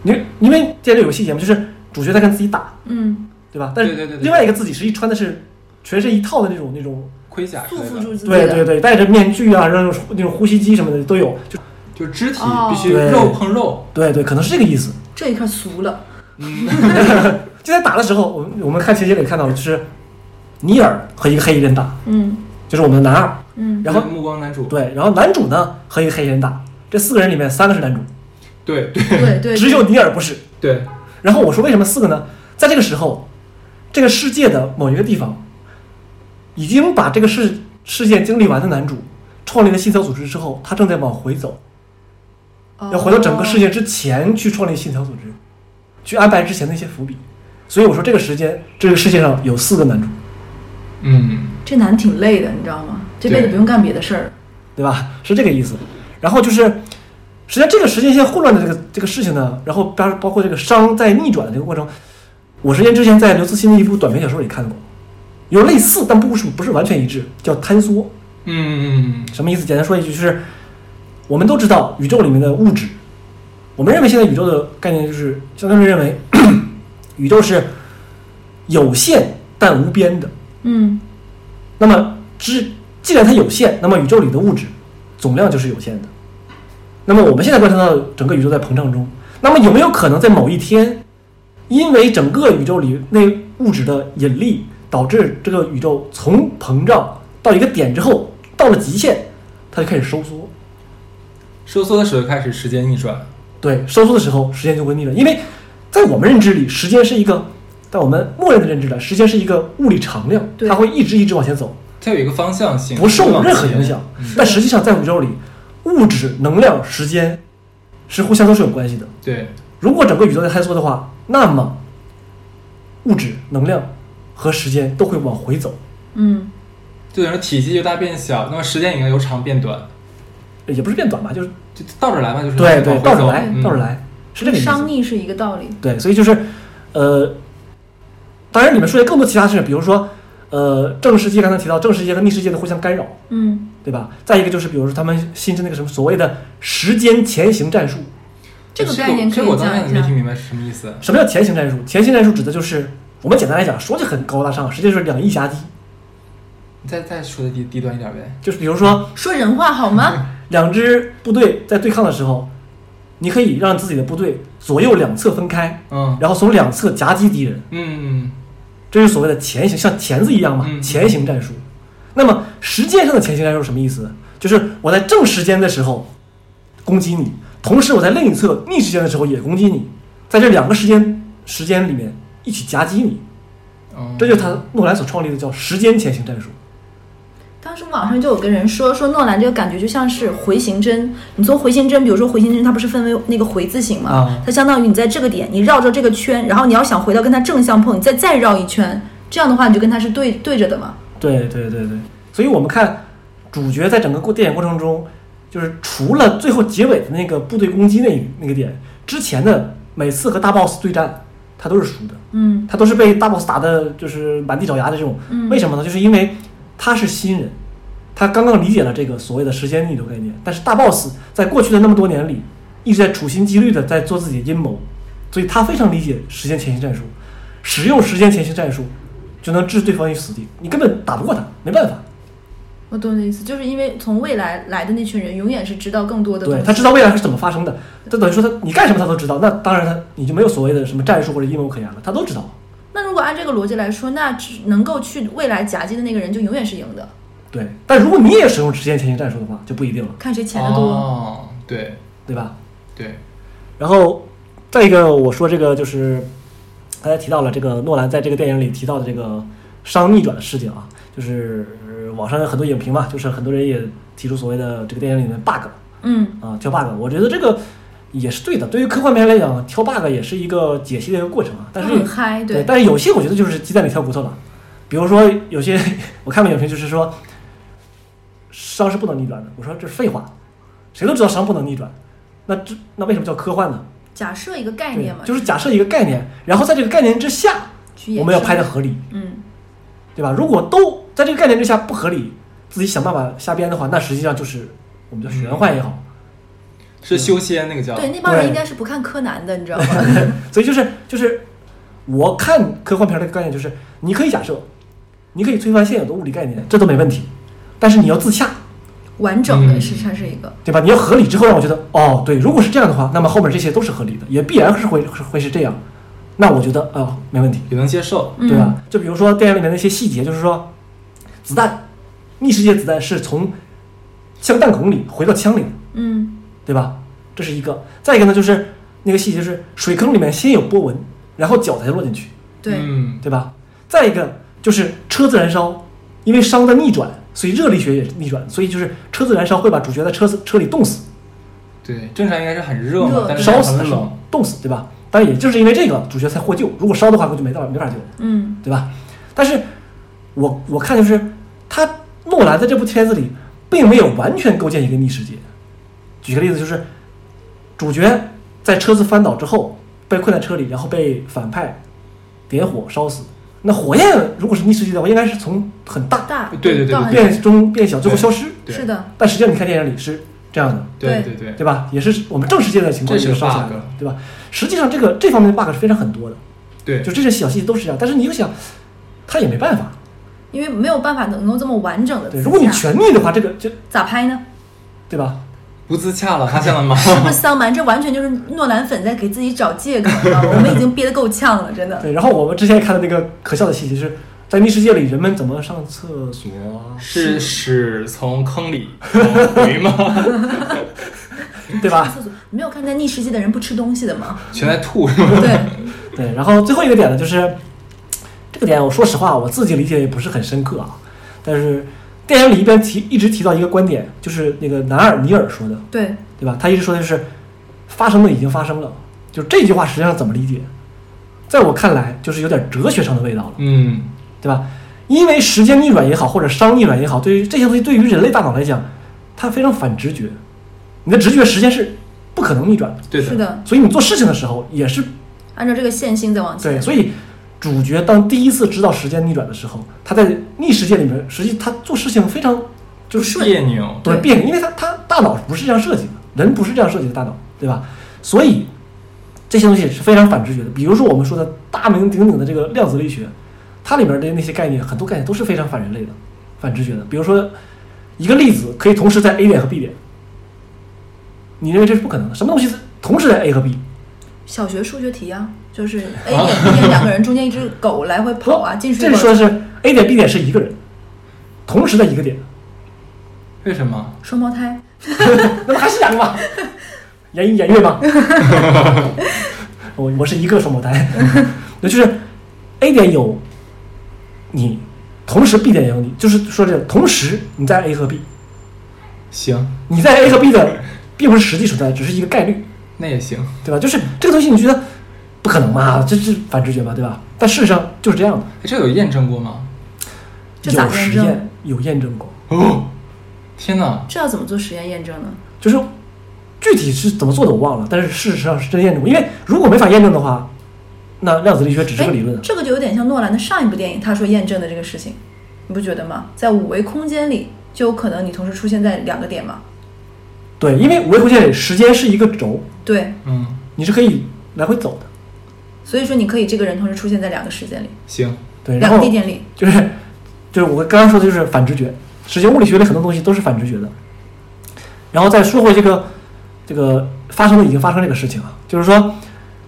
Speaker 3: 因因为这类游戏节目就是主角在跟自己打，
Speaker 2: 嗯，
Speaker 3: 对吧？但是
Speaker 1: 对对对对
Speaker 3: 另外一个自己实际穿的是全身一套的那种那种，
Speaker 1: 盔甲之
Speaker 2: 束
Speaker 1: 类
Speaker 2: 缚
Speaker 1: 的，
Speaker 2: 住自己
Speaker 3: 对
Speaker 2: 的。
Speaker 3: 对对，戴着面具啊，然后那种呼吸机什么的都有，就
Speaker 1: 就是肢体
Speaker 2: 哦
Speaker 1: 必须
Speaker 3: 对
Speaker 1: 肉碰肉。
Speaker 3: 对对，可能是这个意思。
Speaker 2: 这一刻俗了。
Speaker 3: 就在打的时候，我们我们看情节里看到的就是尼尔和一个黑衣人打，
Speaker 2: 嗯
Speaker 3: 就是我们的男二，
Speaker 2: 嗯
Speaker 3: 然后
Speaker 1: 就是目光男主，
Speaker 3: 对，然后男主呢和一个黑衣人打，这四个人里面三个是男主，
Speaker 1: 对对
Speaker 2: 对对，
Speaker 3: 只有尼尔不是。
Speaker 1: 对，
Speaker 3: 然后我说为什么四个呢？在这个时候，这个世界的某一个地方，已经把这个事事件经历完的男主创立了信条组织之后，他正在往回走，
Speaker 2: 哦
Speaker 3: 要回到整个世界之前去创立信条组织，去安排之前的一些伏笔。所以我说这个时间，这个世界上有四个男主，
Speaker 1: 嗯，
Speaker 2: 这男的挺累的，你知道吗？这辈子
Speaker 1: 对
Speaker 2: 不用干别的事儿。
Speaker 3: 对吧？是这个意思。然后就是，实际上这个时间线混乱的这个这个事情呢，然后包包括这个商在逆转的这个过程，我之前之前在刘慈欣的一部短篇小说里看过，有类似但不是不是完全一致，叫坍缩。
Speaker 1: 嗯嗯嗯
Speaker 3: 什么意思？简单说一句，就是我们都知道宇宙里面的物质，我们认为现在宇宙的概念就是相当于认为 宇宙是有限但无边的。
Speaker 2: 嗯
Speaker 3: 那么之既然它有限，那么宇宙里的物质总量就是有限的。那么我们现在观察到整个宇宙在膨胀中，那么有没有可能在某一天，因为整个宇宙里那物质的引力，导致这个宇宙从膨胀到一个点之后，到了极限，它就开始收缩。
Speaker 1: 收缩的时候开始时间逆转，
Speaker 3: 对，收缩的时候，时间就会逆转，因为在我们认知里，时间是一个，在我们默认的认知里，时间是一个物理常量，
Speaker 2: 对
Speaker 3: 它会一直一直往前走。
Speaker 1: 它有一个方向性，
Speaker 3: 不受任何
Speaker 1: 往前
Speaker 3: 影响。
Speaker 1: 嗯
Speaker 3: 但实际上，在宇宙里，物质、能量、时间是互相都是有关系的。
Speaker 1: 对，
Speaker 3: 如果整个宇宙在坍缩的话，那么物质、能量和时间都会往回走，
Speaker 2: 嗯
Speaker 1: 就等于体积由大变小，那么时间应该由长变短，
Speaker 3: 也不是变短吧，就是
Speaker 1: 就倒着来嘛，就是
Speaker 3: 对对，
Speaker 1: 往回
Speaker 3: 倒着
Speaker 1: 走
Speaker 3: 来，
Speaker 1: 嗯
Speaker 3: 倒着来，是这个意思。
Speaker 2: 商逆是一个道理。
Speaker 3: 对，所以就是，呃，当然里面说的更多其他事，比如说，呃，正世界刚才提到正世界和逆世界的互相干扰，
Speaker 2: 嗯
Speaker 3: 对吧？再一个就是，比如说他们新增那个什么所谓的时间前行战术，
Speaker 2: 这
Speaker 3: 哎
Speaker 2: 个
Speaker 1: 我
Speaker 2: 概念可以
Speaker 1: 这个我当
Speaker 2: 讲
Speaker 1: 然
Speaker 2: 一
Speaker 1: 没
Speaker 2: 下
Speaker 1: 听明白是什么意思。
Speaker 3: 什么叫前行战术？前行战术指的就是我们简单来讲，说就很高大上，实际就是两翼夹击。
Speaker 1: 你再再说的低低端一点呗。
Speaker 3: 就是比如说，
Speaker 2: 说人话好 吗？
Speaker 3: 两支部队在对抗的时候，你可以让自己的部队左右两侧分开，
Speaker 1: 嗯
Speaker 3: 然后从两侧夹击敌人，
Speaker 1: 嗯，
Speaker 3: 这就是所谓的前行，像钳子一样嘛，
Speaker 1: 嗯
Speaker 3: 前行战术。那么实践上的前行战术是什么意思？就是我在正时间的时候攻击你，同时我在另一侧逆时间的时候也攻击你，在这两个时间时间里面一起夹击你，
Speaker 1: 哦
Speaker 3: 这就是他诺兰所创立的叫时间前行战术。
Speaker 2: 当时网上就有个人说，说诺兰这个感觉就像是回形针。你从回形针，比如说回形针，它不是分为那个回字形吗？
Speaker 3: 啊
Speaker 2: 它相当于你在这个点，你绕着这个圈，然后你要想回到跟它正相碰，你再再绕一圈，这样的话你就跟它是对对着的嘛。
Speaker 3: 对对对对，所以我们看主角在整个过电影过程中，就是除了最后结尾的那个部队攻击那一那个点之前的每次和大 boss 对战，他都是输的，
Speaker 2: 嗯
Speaker 3: 他都是被大 boss 打的，就是满地找牙的这种。
Speaker 2: 嗯
Speaker 3: 为什么呢？就是因为他是新人，他刚刚理解了这个所谓的时间逆流概念，但是大 boss 在过去的那么多年里一直在处心积虑的在做自己的阴谋，所以他非常理解时间前行战术，使用时间前行战术就能置对方于死地，你根本打不过他，没办法。
Speaker 2: 我懂你的意思，就是因为从未来来的那群人，永远是知道更多的东
Speaker 3: 对
Speaker 2: 西。
Speaker 3: 他知道未来是怎么发生的，这等于说他你干什么他都知道，那当然他你就没有所谓的什么战术或者阴谋可言了，他都知道。
Speaker 2: 那如果按这个逻辑来说，那只能够去未来夹击的那个人就永远是赢的。
Speaker 3: 对，但如果你也使用直线前行战术的话，就不一定了，
Speaker 2: 看谁钱的多。
Speaker 1: 哦，对
Speaker 3: 对吧？
Speaker 1: 对，
Speaker 3: 然后再一个，我说这个就是刚才提到了这个诺兰在这个电影里提到的这个商逆转的事情啊，就是呃网上有很多影评嘛，就是很多人也提出所谓的这个电影里面 bug
Speaker 2: 嗯，
Speaker 3: 啊，挑 bug，我觉得这个也是对的。对于科幻片来讲，挑 bug 也是一个解析的一个过程啊，但是
Speaker 2: 很嗨，
Speaker 3: 对，但是有些我觉得就是鸡蛋里挑骨头了，比如说有些 我看过影评就是说，伤是不能逆转的，我说这是废话，谁都知道伤不能逆转，那这那为什么叫科幻呢？
Speaker 2: 假设一个概
Speaker 3: 对
Speaker 2: 念嘛，
Speaker 3: 就是假设一个概念，然后在这个概念之下，
Speaker 2: 去
Speaker 3: 我们要拍的，合理，
Speaker 2: 嗯，
Speaker 3: 对吧？如果都在这个概念之下不合理，自己想办法瞎编的话，那实际上就是我们叫玄幻也好，
Speaker 1: 是修仙那个叫
Speaker 2: 对，那帮人
Speaker 3: 对
Speaker 2: 应该是不看柯南的，你知道吗？
Speaker 3: 所以就是就是我看科幻片的概念就是，你可以假设，你可以推翻现有的物理概念，这都没问题，但是你要自洽，
Speaker 2: 完整的
Speaker 1: 嗯
Speaker 2: 是它是一个，
Speaker 3: 对吧？你要合理之后让我觉得，哦，对，如果是这样的话，那么后面这些都是合理的，也必然是会是会是这样，那我觉得啊、没问题，
Speaker 1: 也能接受，
Speaker 2: 嗯
Speaker 3: 对啊吧？？就比如说电影里面的一些细节，就是说，子弹，逆世界子弹是从枪弹孔里回到枪里的，
Speaker 2: 嗯，
Speaker 3: 对吧？这是一个。再一个呢，就是那个细节，就是水坑里面先有波纹，然后脚才落进去，
Speaker 2: 对，
Speaker 1: 嗯，
Speaker 3: 对吧？再一个就是车子燃烧，因为熵的逆转，所以热力学也逆转，所以就是车子燃烧会把主角在车子车里冻死，
Speaker 1: 对，正常应该是很热嘛
Speaker 2: 热，
Speaker 1: 但是
Speaker 3: 烧死
Speaker 1: 嗯很冷，
Speaker 3: 冻死，对吧？但也就是因为这个，主角才获救。如果烧的话，估计没到没法救。
Speaker 2: 嗯，
Speaker 3: 对吧？但是我我看就是他诺兰在这部片子里并没有完全构建一个逆世界。举个例子，就是主角在车子翻倒之后被困在车里，然后被反派点火烧死。那火焰如果是逆世界的话，应该是从很大
Speaker 2: 大，
Speaker 1: 对对对
Speaker 2: 到很
Speaker 3: 变中变小，最后消失。
Speaker 1: 对
Speaker 2: 是的，
Speaker 3: 但实际上你看电影里是这样的，
Speaker 1: 对
Speaker 2: 对
Speaker 1: 对对，
Speaker 3: 对吧？也是我们正世界的情况
Speaker 1: 这是
Speaker 3: 也
Speaker 1: 个
Speaker 3: 烧起来
Speaker 1: bug
Speaker 3: 的，对吧？实际上这个这方面的 bug 是非常很多的，
Speaker 1: 对，
Speaker 3: 就这些小细节都是这样。但是你又想，他也没办法，
Speaker 2: 因为没有办法能够这么完整的
Speaker 3: 对，如果你全逆的话，这个就
Speaker 2: 咋拍呢？
Speaker 3: 对吧？
Speaker 1: 不自洽了，发现了吗？
Speaker 2: 是不是桑蛮？这完全就是诺兰粉在给自己找借口，你知道吗？我们已经憋得够呛了，真的。
Speaker 3: 对，然后我们之前看的那个可笑的细节是，在密世界里人们怎么上厕所 啊，
Speaker 1: 是屎从坑里回吗？
Speaker 3: 对吧？
Speaker 2: 厕所没有看在逆世界的人不吃东西的吗？
Speaker 1: 全在吐是吗？
Speaker 2: 对，
Speaker 3: 对，然后最后一个点呢，就是这个点，我说实话，我自己理解也不是很深刻啊，但是电影里一边提一直提到一个观点，就是那个南尔尼尔说的，
Speaker 2: 对，
Speaker 3: 对吧？他一直说的就是发生的已经发生了，就这句话实际上怎么理解？在我看来，就是有点哲学上的味道了。
Speaker 1: 嗯，
Speaker 3: 对吧？因为时间逆转也好，或者熵逆转也好，对于这些东西，对于人类大脑来讲，它非常反直觉。你的直觉时间是不可能逆转的，
Speaker 1: 对
Speaker 2: 是，的，
Speaker 3: 所以你做事情的时候也是
Speaker 2: 按照这个线性在往前。
Speaker 3: 对。所以主角当第一次知道时间逆转的时候，他在逆世界里面，实际他做事情非常就是
Speaker 1: 别扭，
Speaker 3: 对
Speaker 2: 对
Speaker 3: 别扭，因为他他大脑不是这样设计的，人不是这样设计的大脑，对吧？所以这些东西是非常反直觉的。比如说我们说的大名鼎鼎的这个量子力学，它里面的那些概念，很多概念都是非常反人类的、反直觉的。比如说一个粒子可以同时在 A 点和 B 点，你认为这是不可能的？什么东西是同时在 A 和 B？
Speaker 2: 小学数学题啊，就是 A 点 B 点两个人中间一只狗来回
Speaker 3: 哦
Speaker 2: 跑啊，进水
Speaker 3: 这里
Speaker 2: 管
Speaker 3: 说的是 A 点 B 点是一个人，同时在一个点，
Speaker 1: 为什么？
Speaker 2: 双胞胎，
Speaker 3: 那么还是两个吧，言一言月吧。 我我是一个双胞胎， 那就是 A 点有你，同时 B 点也有你，就是说这个同时你在 A 和 B，
Speaker 1: 行，
Speaker 3: 你在 A 和 B 的并不是实际存在，只是一个概率，
Speaker 1: 那也行，
Speaker 3: 对吧？就是这个东西你觉得不可能嘛，这这反直觉嘛，对吧？但事实上就是这样的，
Speaker 1: 哎这有验证过吗？
Speaker 2: 这咋
Speaker 3: 有实
Speaker 2: 验证
Speaker 3: 验有验证过，
Speaker 1: 哦，天哪，
Speaker 2: 这要怎么做实验验证呢？
Speaker 3: 就是具体是怎么做的我忘了，但是事实上是真验证过，因为如果没法验证的话，那量子力学只是
Speaker 2: 哎
Speaker 3: 个理论啊。
Speaker 2: 这个就有点像诺兰的上一部电影，他说验证的这个事情，你不觉得吗？在五维空间里，就有可能你同时出现在两个点嘛？
Speaker 3: 对，因为五维空间里时间是一个轴，
Speaker 2: 对，
Speaker 1: 嗯，
Speaker 3: 你是可以来回走的。
Speaker 2: 所以说你可以这个人同时出现在两个时间里，
Speaker 1: 行，
Speaker 3: 对，然
Speaker 2: 两个
Speaker 3: 后
Speaker 2: 地点里。
Speaker 3: 就是就是我刚刚说的就是反直觉，时间物理学里很多东西都是反直觉的。然后再说回这个这个发生的已经发生这个事情啊，就是说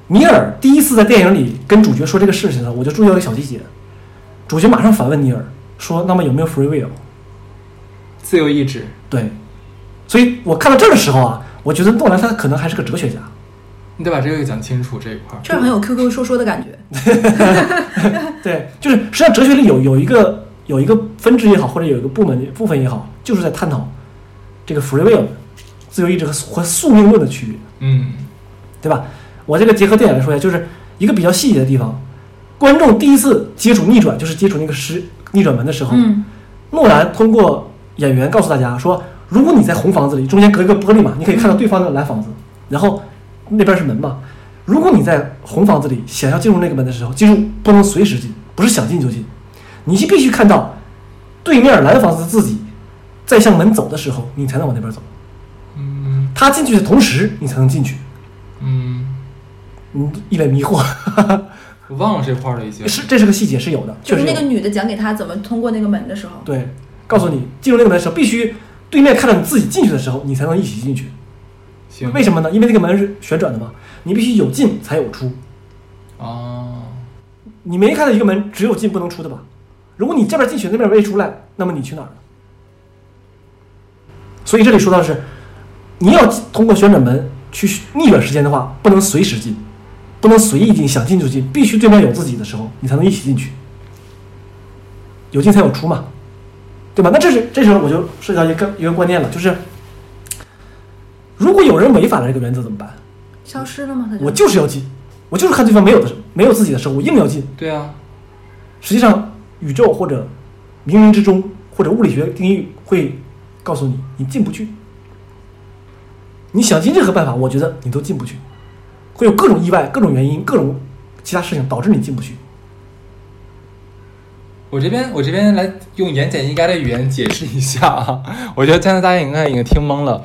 Speaker 3: 米尔第一次在电影里跟主角说这个事情呢，我就注意到一个小细节，主角马上反问尼尔说：“那么有没有 free will？”
Speaker 1: 自由意志。
Speaker 3: 对，所以我看到这儿的时候啊，我觉得诺兰他可能还是个哲学家。
Speaker 1: 你得把这个讲清楚这一块儿。
Speaker 2: 这儿很有 QQ 说说的感觉。
Speaker 3: 对，就是实际上哲学里有有一个有一个分支也好，或者有一个部门部分也好，就是在探讨这个 free will 自由意志和和宿命论的区别，
Speaker 1: 嗯
Speaker 3: 对吧？我这个结合电影来说一下，就是一个比较细节的地方。观众第一次接触逆转，就是接触那个十逆转门的时候，
Speaker 2: 嗯
Speaker 3: 诺兰通过演员告诉大家说，如果你在红房子里，中间隔一个玻璃嘛，你可以看到对方的蓝房子，然后那边是门嘛。如果你在红房子里想要进入那个门的时候，进入不能随时进，不是想进就进，你必须看到对面蓝房子自己在向门走的时候，你才能往那边走。
Speaker 1: 嗯
Speaker 3: 他进去的同时，你才能进去。
Speaker 1: 嗯，
Speaker 3: 嗯，一脸迷惑，
Speaker 1: 我忘了这块儿了已经。
Speaker 3: 是这是个细节是有的，
Speaker 2: 就
Speaker 3: 确
Speaker 2: 是
Speaker 3: 实
Speaker 2: 那
Speaker 3: 有
Speaker 2: 个女的讲给他怎么通过那个门的时候，
Speaker 3: 对，告诉你进入那个门的时候，必须对面看到你自己进去的时候，你才能一起进去。
Speaker 1: 行，
Speaker 3: 为什么呢？因为那个门是旋转的嘛，你必须有进才有出。
Speaker 1: 哦，
Speaker 3: 你没看到一个门只有进不能出的吧？如果你这边进去，那边没出来，那么你去哪儿了？所以这里说到的是，你要通过旋转门去逆转时间的话，不能随时进，不能随意进，想进就进，必须对面有自己的时候，你才能一起进去。有进才有出嘛，对吧？那这是这时候我就涉及到一个一个观念了，就是如果有人违反了这个原则怎么办？
Speaker 2: 消失了吗？他就
Speaker 3: 我就是要进，我就是看对方没有的时候，没有自己的时候，我硬要进。
Speaker 1: 对啊，
Speaker 3: 实际上，宇宙或者冥冥之中或者物理学定义会告诉你，你进不去。你想尽任何办法，我觉得你都进不去，会有各种意外、各种原因、各种其他事情导致你进不去。
Speaker 1: 我这边我这边来用言简意赅的语言解释一下啊， 我觉得加拿大应该已经听懵了。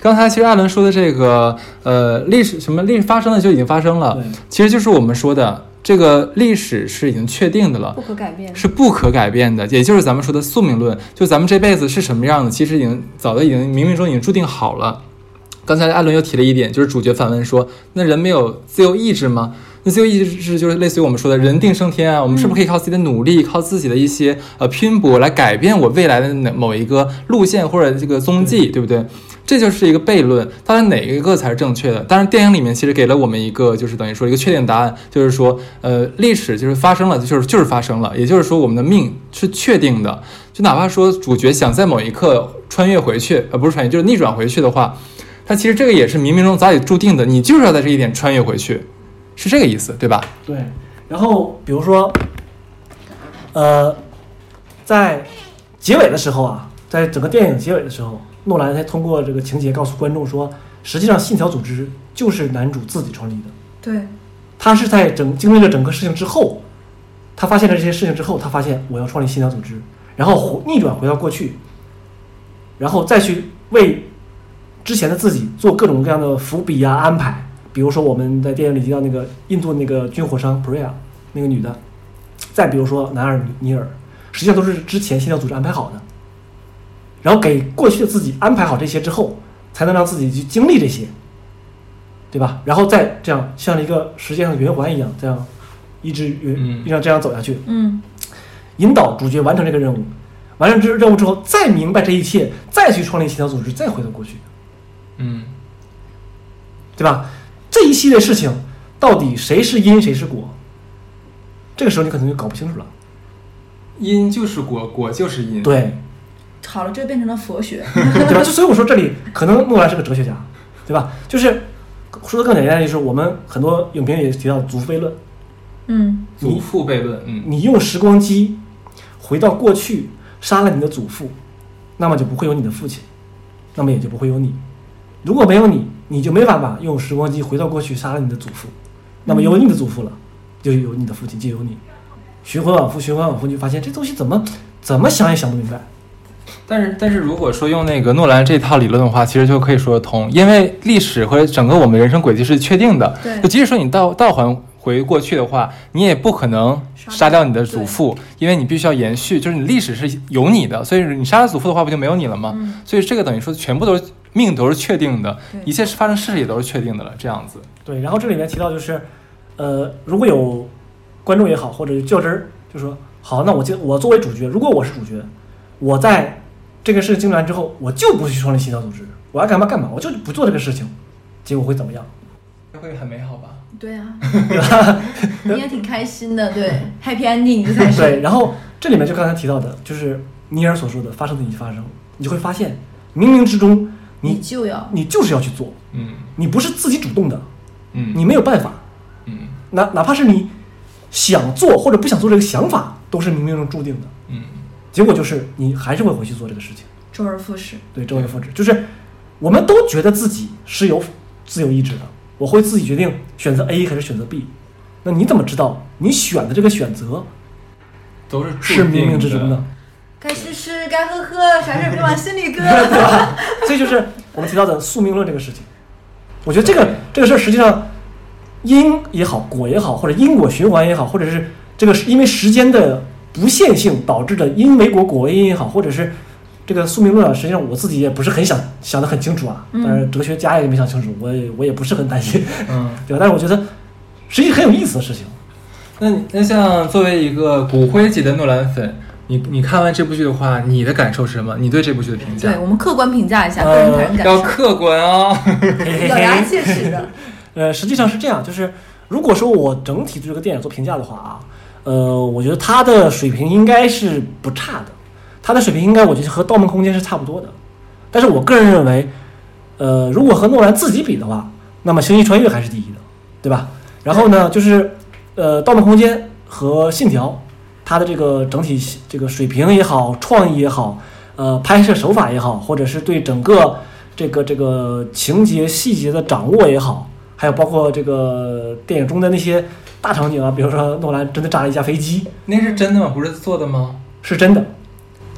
Speaker 1: 刚才其实艾伦说的这个，呃，历史什么历史发生的就已经发生了
Speaker 3: 对，
Speaker 1: 其实就是我们说的这个历史是已经确定的了
Speaker 2: 不，可改变。
Speaker 1: 是不可改变的，也就是咱们说的宿命论，就咱们这辈子是什么样的，其实已经早都已经冥冥中已经注定好了。刚才艾伦又提了一点，就是主角反问说：“那人没有自由意志吗？”那自由意志就是类似于我们说的“人定胜天”啊，我们是不是可以靠自己的努力，靠自己的一些呃拼搏来改变我未来的哪某一个路线或者这个踪迹，对不对？这就是一个悖论，到底哪一个才是正确的？当然，电影里面其实给了我们一个，就是等于说一个确定答案，就是说，呃，历史就是发生了，就是就是发生了，也就是说，我们的命是确定的。就哪怕说主角想在某一刻穿越回去，呃，不是穿越，就是逆转回去的话，他其实这个也是冥冥中早已注定的，你就是要在这一点穿越回去，是这个意思，对吧？
Speaker 3: 对，然后比如说，呃，在结尾的时候啊，在整个电影结尾的时候，诺兰才通过这个情节告诉观众说，实际上信条组织就是男主自己创立的。
Speaker 2: 对，
Speaker 3: 他是在整经历了整个事情之后，他发现了这些事情之后，他发现我要创立信条组织，然后回逆转回到过去，然后再去为之前的自己做各种各样的伏笔啊安排。比如说我们在电影里提到那个印度那个军火商 Priya 那个女的，再比如说南尔尼尔，实际上都是之前信条组织安排好的，然后给过去的自己安排好这些之后，才能让自己去经历这些。对吧？然后再这样像一个时间上的圆环一样，这样一直圆
Speaker 1: 嗯，
Speaker 3: 让这样走下去，
Speaker 2: 嗯，
Speaker 3: 引导主角完成这个任务。完成这任务之后，再明白这一切，再去创立信条组织，再回到过去，
Speaker 1: 嗯，
Speaker 3: 对吧？这一系列事情到底谁是因，谁是果？这个时候你可能就搞不清楚了。
Speaker 1: 因就是果，果就是因。，
Speaker 3: 对，
Speaker 2: 好了，这变成了佛 学。
Speaker 3: 对吧？就所以我说这里可能诺兰是个哲学家，对吧？就是说的更简单，就是我们很多影评也提到祖父悖论，
Speaker 2: 嗯，
Speaker 1: 祖父悖论，嗯，
Speaker 3: 你用时光机回到过去杀了你的祖父，那么就不会有你的父亲，那么也就不会有你。如果没有你，你就没办法用时光机回到过去杀了你的祖父，那么有你的祖父了，就有你的父亲，就有你。循环往复，循环往复，你就发现这东西怎么怎么想也想不明白。
Speaker 1: 但是但是如果说用那个诺兰这套理论的话，其实就可以说得通，因为历史和整个我们人生轨迹是确定的。
Speaker 2: 对
Speaker 1: 就即使说你倒倒还回过去的话，你也不可能
Speaker 2: 杀
Speaker 1: 杀
Speaker 2: 掉
Speaker 1: 掉你的祖父，因为你必须要延续，就是你历史是有你的，所以你杀了祖父的话，不就没有你了吗？
Speaker 3: 啊
Speaker 2: 嗯
Speaker 1: 所以这个等于说全部都是命都是确定的，
Speaker 2: 对
Speaker 1: 一切发生事实也都是确定的了，这样子。
Speaker 3: 对，然后这里面提到就是，呃，如果有观众也好，或者较真儿，就说好，那我就我作为主角，如果我是主角，我在这个事情完之后，我就不去创立洗脑组织，我爱干嘛干嘛，我就不做这个事情，结果会怎么样？
Speaker 1: 会很美好吧？
Speaker 2: 对啊， 你也挺开心的，对，Happy Ending 才是。
Speaker 3: 对，然后这里面就刚才提到的，就是尼尔所说的“发生的已经发生”，你就会发现，冥冥之中
Speaker 2: 你
Speaker 3: 你
Speaker 2: 就要
Speaker 3: 你就是要去做，
Speaker 1: 嗯
Speaker 3: 你不是自己主动的，
Speaker 1: 嗯，
Speaker 3: 你没有办法，
Speaker 1: 嗯
Speaker 3: 哪哪怕是你想做或者不想做这个想法，都是冥冥中注定的。
Speaker 1: 嗯
Speaker 3: 结果就是你还是会回去做这个事情，
Speaker 2: 周而复始。
Speaker 3: 对周而复始。就是我们都觉得自己是有自由意志的，我会自己决定选择 A 还是选择 B。那你怎么知道你选的这个选择
Speaker 1: 都是注
Speaker 3: 是冥冥之中
Speaker 1: 定
Speaker 3: 的
Speaker 1: 的？。
Speaker 2: 该吃吃，该喝喝，啥事儿别往心 里搁。
Speaker 3: 所以就是我们提到的宿命论这个事情，我觉得这个
Speaker 1: 对
Speaker 3: 这个事儿实际上因也好，果也好，或者因果循环也好，或者是这个是因为时间的不线性导致的因为果果为因也好，或者是这个宿命论啊，实际上我自己也不是很想想得很清楚啊，
Speaker 2: 嗯
Speaker 3: 但是哲学家也没想清楚，我也我也不是很担心，
Speaker 1: 嗯，
Speaker 3: 对吧？但是我觉得实际很有意思的事情，
Speaker 1: 那你那像作为一个骨灰级的诺兰粉，你你看完这部剧的话，你的感受是什么？你对这部剧的评价
Speaker 2: 对，？我们客观评价一下个
Speaker 3: 呃
Speaker 2: 人个人感
Speaker 1: 要
Speaker 2: 受，
Speaker 1: 客观哦。
Speaker 3: 嘿嘿
Speaker 2: 咬
Speaker 3: 嘿
Speaker 2: 牙切齿 的。
Speaker 3: 呃，实际上是这样，就是如果说我整体对这个电影做评价的话啊，呃，我觉得它的水平应该是不差的，它的水平应该我觉得和《盗梦空间》是差不多的。但是我个人认为，呃，如果和诺兰自己比的话，那么《星际穿越》还是第一的，对吧？然后呢，就是呃，《盗梦空间》和《信条》，它的这个整体这个水平也好，创意也好，呃，拍摄手法也好，或者是对整个这个这个情节细节的掌握也好，还有包括这个电影中的那些大场景啊，比如说诺兰真的炸了一架飞机，
Speaker 1: 那是真的吗？不是做的吗？
Speaker 3: 是真的，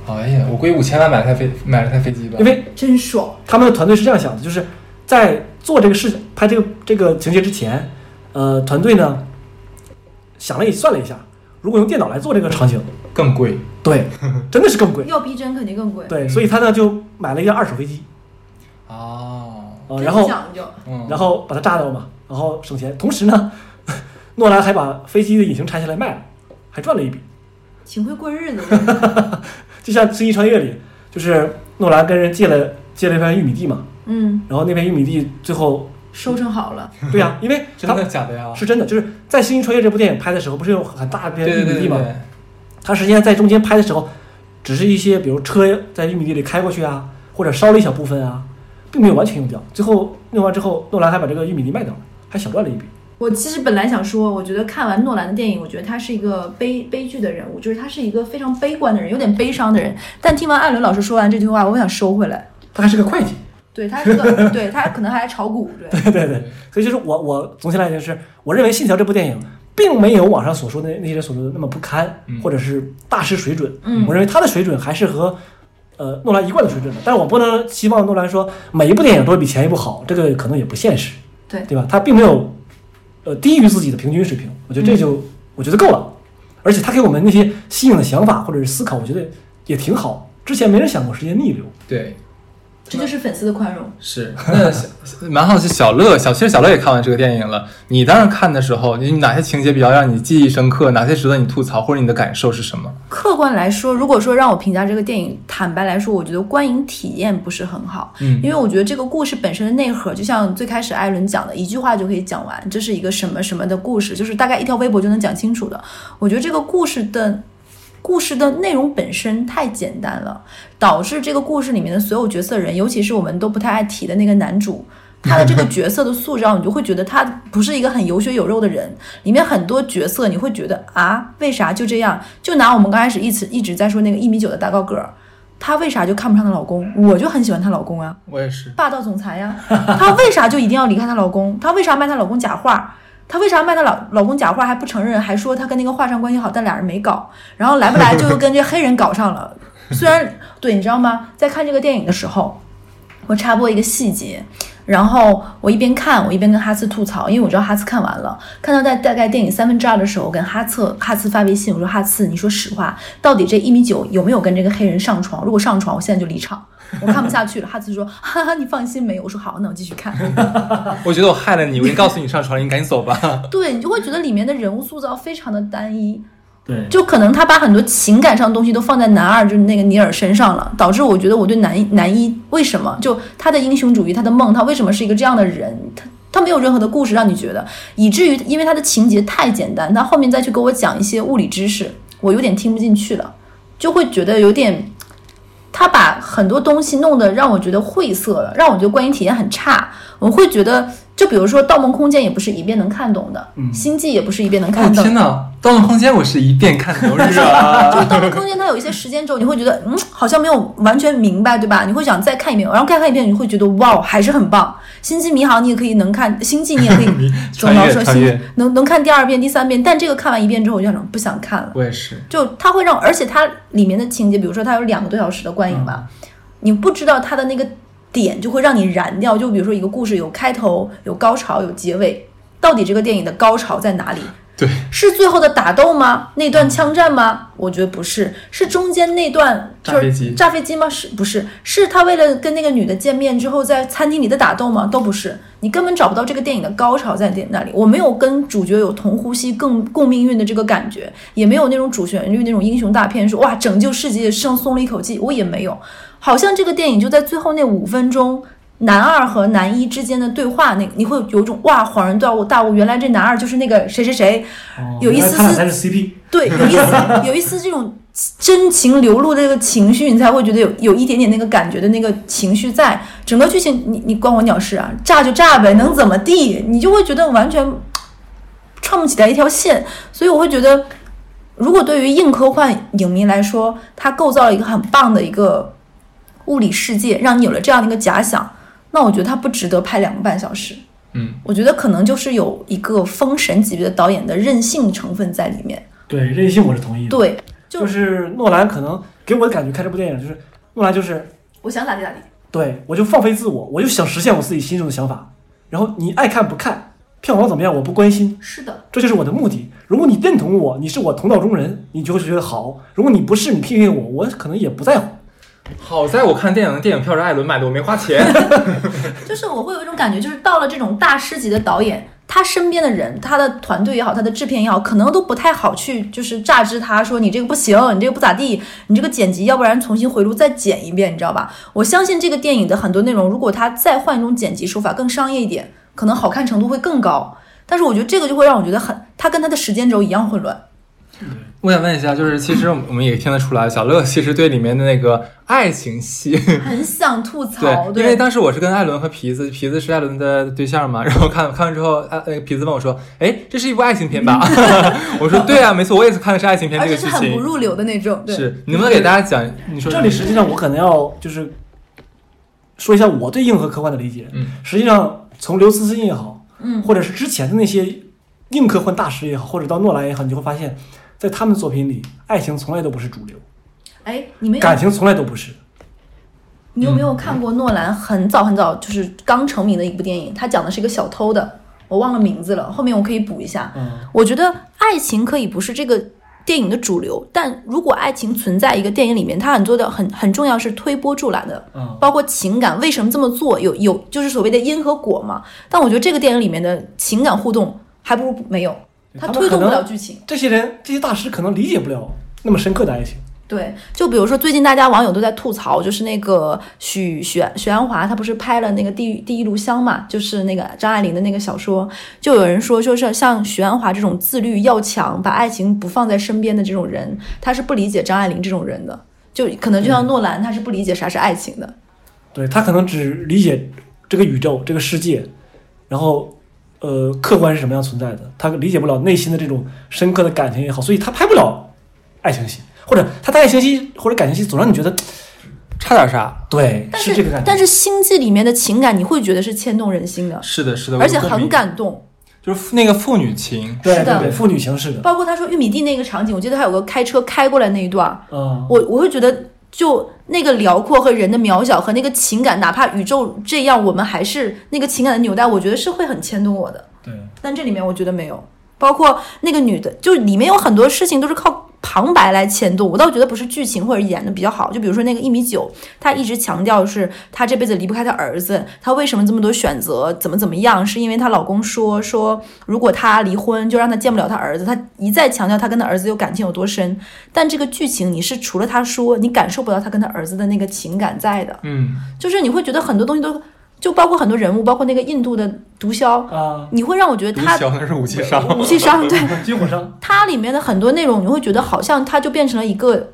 Speaker 1: 哎呀，我估计五千万买了台飞买了台飞机吧
Speaker 3: 因。为
Speaker 2: 真爽！
Speaker 3: 他们的团队是这样想的，就是在做这个事情、拍这个这个情节之前，呃，团队呢想了也算了一下，如果用电脑来做这个场景，
Speaker 1: 更贵。
Speaker 3: 对，真的是更贵，
Speaker 2: 要逼真肯定更贵，
Speaker 3: 对，所以他呢就买了一架二手飞机，
Speaker 1: 哦，
Speaker 3: 呃，
Speaker 2: 真
Speaker 3: 然后
Speaker 2: 讲究。
Speaker 1: 嗯，
Speaker 3: 啊然后把它炸掉嘛，然后省钱，同时呢， 诺兰还把飞机的引擎拆下来卖了，还赚了一笔。
Speaker 2: 挺会过日子的，
Speaker 3: 就像《星际穿越》里，就是诺兰跟人借了借了一片玉米地嘛，
Speaker 2: 嗯，
Speaker 3: 然后那片玉米地最 后，
Speaker 2: 收成好了，
Speaker 3: 对呀、因为
Speaker 1: 真
Speaker 3: 他
Speaker 1: 的假的呀？
Speaker 3: 是真的，就是在《星际穿越》这部电影拍的时候，不是有很大片
Speaker 1: 对对
Speaker 3: 玉
Speaker 1: 对
Speaker 3: 米
Speaker 1: 对
Speaker 3: 地嘛？
Speaker 1: 对，
Speaker 3: 他实际上在中间拍的时候，只是一些比如车在玉米地里开过去啊，或者烧了一小部分啊，并没有完全用掉。最后用完之后，诺兰还把这个玉米地卖掉了，还小赚了一笔。
Speaker 2: 我其实本来想说，我觉得看完诺兰的电影，我觉得他是一个悲悲剧的人物，就是他是一个非常悲观的人，有点悲伤的人。但听完艾伦老师说完这句话，我想收回来。
Speaker 3: 他还是个会计，
Speaker 2: 对他是个， 对他可能还炒股，对，
Speaker 3: 对对对。所以就是我我总结来就是，我认为《信条》这部电影并没有网上所说的那那些人所说的那么不堪，
Speaker 1: 嗯
Speaker 3: 或者是大失水准。
Speaker 2: 嗯
Speaker 3: 我认为他的水准还是和呃诺兰一贯的水准的，但是我不能希望诺兰说每一部电影都比前一部好，这个可能也不现实。
Speaker 2: 对
Speaker 3: 对吧？他并没有呃低于自己的平均水平，我
Speaker 2: 嗯
Speaker 3: 觉得这就、我觉得够了。而且他给我们那些新颖的想法或者是思考，我觉得也挺好。之前没人想过时间逆流，
Speaker 1: 对，
Speaker 2: 这就是粉丝的宽容。
Speaker 1: 是。那小蛮好奇，小乐，小其实小乐也看完这个电影了。你当时看的时候，你哪些情节比较让你记忆深刻？哪些值得你吐槽，或者你的感受是什么？
Speaker 2: 客观来说，如果说让我评价这个电影，坦白来说，我觉得观影体验不是很好。
Speaker 1: 嗯
Speaker 2: 因为我觉得这个故事本身的内核，就像最开始艾伦讲的，一句话就可以讲完，这是一个什么什么的故事，就是大概一条微博就能讲清楚的。我觉得这个故事的。故事的内容本身太简单了，导致这个故事里面的所有角色人，尤其是我们都不太爱提的那个男主，他的这个角色的塑造，你就会觉得他不是一个很有血有肉的人。里面很多角色，你会觉得啊，为啥就这样？就拿我们刚开始一直一直在说那个一米九的大高个儿，她为啥就看不上她老公？我就很喜欢她老公啊，
Speaker 1: 我也是。
Speaker 2: 霸道总裁呀、她为啥就一定要离开她老公？她为啥卖她老公假话？她为啥卖她老老公假话还不承认，还说她跟那个画商关系好，但俩人没搞，然后来不来就又跟这黑人搞上了。虽然对，你知道吗？在看这个电影的时候，我插播一个细节，然后我一边看，我一边跟哈斯吐槽，因为我知道哈斯看完了，看到在大概电影三分之二的时候，我跟哈策哈斯发微信，我说哈斯，你说实话，到底这一米九有没有跟这个黑人上床？如果上床，我现在就离场，我看不下去了。哈斯说，哈哈，你放心没有？我说好，那我继续看。
Speaker 1: 我觉得我害了你，我已经告诉你上床了，你赶紧走吧。
Speaker 2: 对你就会觉得里面的人物塑造非常的单一。
Speaker 3: 对，
Speaker 2: 就可能他把很多情感上的东西都放在男二，就是那个尼尔身上了，导致我觉得我对男一男一为什么就他的英雄主义，他的梦，他为什么是一个这样的人？他他没有任何的故事让你觉得，以至于因为他的情节太简单，他后面再去给我讲一些物理知识，我有点听不进去了，就会觉得有点他把很多东西弄得让我觉得晦涩了，让我觉得观影体验很差。我会觉得，就比如说《盗梦空间》也不是一遍能看懂的，星际》也不是一遍能
Speaker 1: 哦
Speaker 2: 看懂
Speaker 1: 天
Speaker 2: 的。
Speaker 1: 哪，《盗梦空间》我是一遍看流日啊！
Speaker 2: 《盗梦空间》它有一些时间轴，你会觉得嗯，好像没有完全明白，对吧？你会想再看一遍，然后再看一遍，你会觉得哇，哦还是很棒。《星际迷航》你也可以能看，《星际》你也可以总
Speaker 1: 穿
Speaker 2: 老
Speaker 1: 越
Speaker 2: 说
Speaker 1: 穿
Speaker 2: 星
Speaker 1: 越
Speaker 2: 能能看第二遍、第三遍，但这个看完一遍之后，我就想不想看了。
Speaker 1: 我也是，
Speaker 2: 就它会让，而且它里面的情节，比如说它有两个多小时的观影吧，
Speaker 1: 嗯
Speaker 2: 你不知道它的那个点，就会让你燃掉。就比如说一个故事有开头、有高潮、有结尾，到底这个电影的高潮在哪里？
Speaker 1: 对，
Speaker 2: 是最后的打斗吗？
Speaker 1: 嗯
Speaker 2: 那段枪战吗？我觉得不是，是中间那段就
Speaker 1: 炸飞
Speaker 2: 是
Speaker 1: 机
Speaker 2: 炸飞机吗？是不是？是他为了跟那个女的见面之后在餐厅里的打斗吗？都不是，你根本找不到这个电影的高潮在点那里。我没有跟主角有同呼吸、共共命运的这个感觉，也没有那种主旋律那种英雄大片说哇拯救世界，上松了一口气，我也没有。好像这个电影就在最后那五分钟，男二和男一之间的对话，那你会有种哇恍然大悟，大悟原来这男二就是那个谁谁谁，有一丝
Speaker 3: 他俩
Speaker 2: 丝
Speaker 3: 才是 CP，
Speaker 2: 对，有一丝 有一丝这种真情流露的这个情绪，你才会觉得有有一点点那个感觉的那个情绪在。整个剧情你你关我鸟事啊，炸就炸呗，能怎么地？你就会觉得完全串不起来一条线，所以我会觉得，如果对于硬科幻影迷来说，它构造了一个很棒的一个物理世界，让你有了这样的一个假想，那我觉得它不值得拍两个半小时。
Speaker 1: 嗯，
Speaker 2: 我觉得可能就是有一个封神级别的导演的任性成分在里面。
Speaker 3: 对任性我是
Speaker 1: 嗯
Speaker 3: 同意的。
Speaker 2: 对，就
Speaker 3: 就是诺兰可能给我的感觉，看这部电影就是诺兰就是
Speaker 2: 我想咋地咋地。
Speaker 3: 对我就放飞自我，我就想实现我自己心中的想法，然后你爱看不看，票房怎么样我不关心，
Speaker 2: 是的，
Speaker 3: 这就是我的目的。如果你认同我，你是我同道中人，你就会觉得好；如果你不是，你批评我，我可能也不在乎。
Speaker 1: 好在我看电影的电影票是艾伦买的，我没花钱。
Speaker 2: 就是我会有一种感觉，就是到了这种大师级的导演，他身边的人，他的团队也好，他的制片也好，可能都不太好去就是榨汁他，说你这个不行，你这个不咋地，你这个剪辑，要不然重新回炉再剪一遍，你知道吧？我相信这个电影的很多内容，如果他再换一种剪辑手法，更商业一点，可能好看程度会更高。但是我觉得这个就会让我觉得很，他跟他的时间轴一样混乱。
Speaker 1: 我想问一下，就是其实我们也听得出来，小乐其实对里面的那个爱情戏，
Speaker 2: 很想吐槽，
Speaker 1: 对，
Speaker 2: 对，
Speaker 1: 因为当时我是跟艾伦和皮子，皮子是艾伦的对象嘛， 然后看看完之后，啊呃，皮子问我说：“哎，这是一部爱情片吧？” 我说：“对啊，没错，我也是看的是爱情片
Speaker 2: 而
Speaker 1: 这
Speaker 2: 且
Speaker 1: 个
Speaker 2: 是
Speaker 1: 剧
Speaker 2: 很不
Speaker 1: 情。
Speaker 2: 入流的那种，”对，
Speaker 1: 是，你能不能给大家讲？你说
Speaker 3: 这里实际上我可能要就是说一下我对硬核科幻的理解。
Speaker 1: 嗯，
Speaker 3: 实际上从刘慈欣也好，
Speaker 2: 嗯，
Speaker 3: 或者是之前的那些硬科幻大师也好，或者到诺兰也好，你就会发现，在他们的作品里，爱情从来都不是主流，
Speaker 2: 哎，你们有
Speaker 3: 感情从来都不是。
Speaker 2: 你有没
Speaker 3: 嗯
Speaker 2: 有看过诺兰很早很早就是刚成名的一部电影？他讲的是一个小偷的，我忘了名字了，后面我可以补一下。
Speaker 3: 嗯，
Speaker 2: 我觉得爱情可以不是这个电影的主流，但如果爱情存在一个电影里面，它很做的很很重要是推波助澜的
Speaker 3: 嗯，
Speaker 2: 包括情感为什么这么做，有有就是所谓的因和果嘛。但我觉得这个电影里面的情感互动还不如没有，它
Speaker 3: 他们
Speaker 2: 推动
Speaker 3: 可
Speaker 2: 不
Speaker 3: 能
Speaker 2: 了剧情。
Speaker 3: 这些人这些大师可能理解不了那么深刻的爱情。
Speaker 2: 对，就比如说最近大家网友都在吐槽，就是那个许许许鞍华，他不是拍了那个《地狱第一炉香》嘛，就是那个张爱玲的那个小说，就有人说，就是像许鞍华这种自律要强，把爱情不放在身边的这种人，他是不理解张爱玲这种人的，就可能就
Speaker 1: 嗯
Speaker 2: 像诺兰，他是不理解啥是爱情的。
Speaker 3: 对他可能只理解这个宇宙、这个世界，然后呃，客观是什么样存在的，他理解不了内心的这种深刻的感情也好，所以他拍不了爱情戏，或者他的爱情戏或者感情戏总让你觉得
Speaker 1: 差点啥？
Speaker 3: 对
Speaker 2: 但是
Speaker 3: 这
Speaker 1: 嗯
Speaker 3: 个感觉
Speaker 2: 但。是《星际》里面的情感，你会觉得是牵动人心的，
Speaker 1: 是的，是的，
Speaker 2: 而且
Speaker 1: 我有共
Speaker 2: 很
Speaker 1: 鸣，
Speaker 2: 感动。
Speaker 1: 就是那个父女情。
Speaker 3: 对
Speaker 2: 是
Speaker 3: 对
Speaker 2: 的
Speaker 3: 对，父女情似的，
Speaker 2: 包括他说玉米地那个场景，我记得还有个开车开过来那一段儿，
Speaker 3: 嗯，
Speaker 2: 我我会觉得，就那个辽阔和人的渺小和那个情感，哪怕宇宙这样，我们还是那个情感的纽带，我觉得是会很牵动我的。
Speaker 3: 对，
Speaker 2: 但这里面我觉得没有，包括那个女的，就里面有很多事情都是靠
Speaker 4: 旁白来牵动，我倒觉得不是剧情或者演的比较好。就比如说那个一米九，他一直强调是他这辈子离不开他儿子，他为什么这么多选择，怎么怎么样，是因为她老公说说如果她离婚就让她见不了她儿子，她一再强调她跟她儿子有感情有多深。但这个剧情你是除了她说，你感受不到她跟她儿子的那个情感在的，
Speaker 1: 嗯，
Speaker 4: 就是你会觉得很多东西都。就包括很多人物，包括那个印度的毒枭，
Speaker 3: 啊，
Speaker 4: 你会让我觉得
Speaker 1: 毒
Speaker 4: 他
Speaker 1: 枭那是武器商，
Speaker 4: 武器商对
Speaker 3: 军火商，
Speaker 4: 它里面的很多内容，你会觉得好像它就变成了一个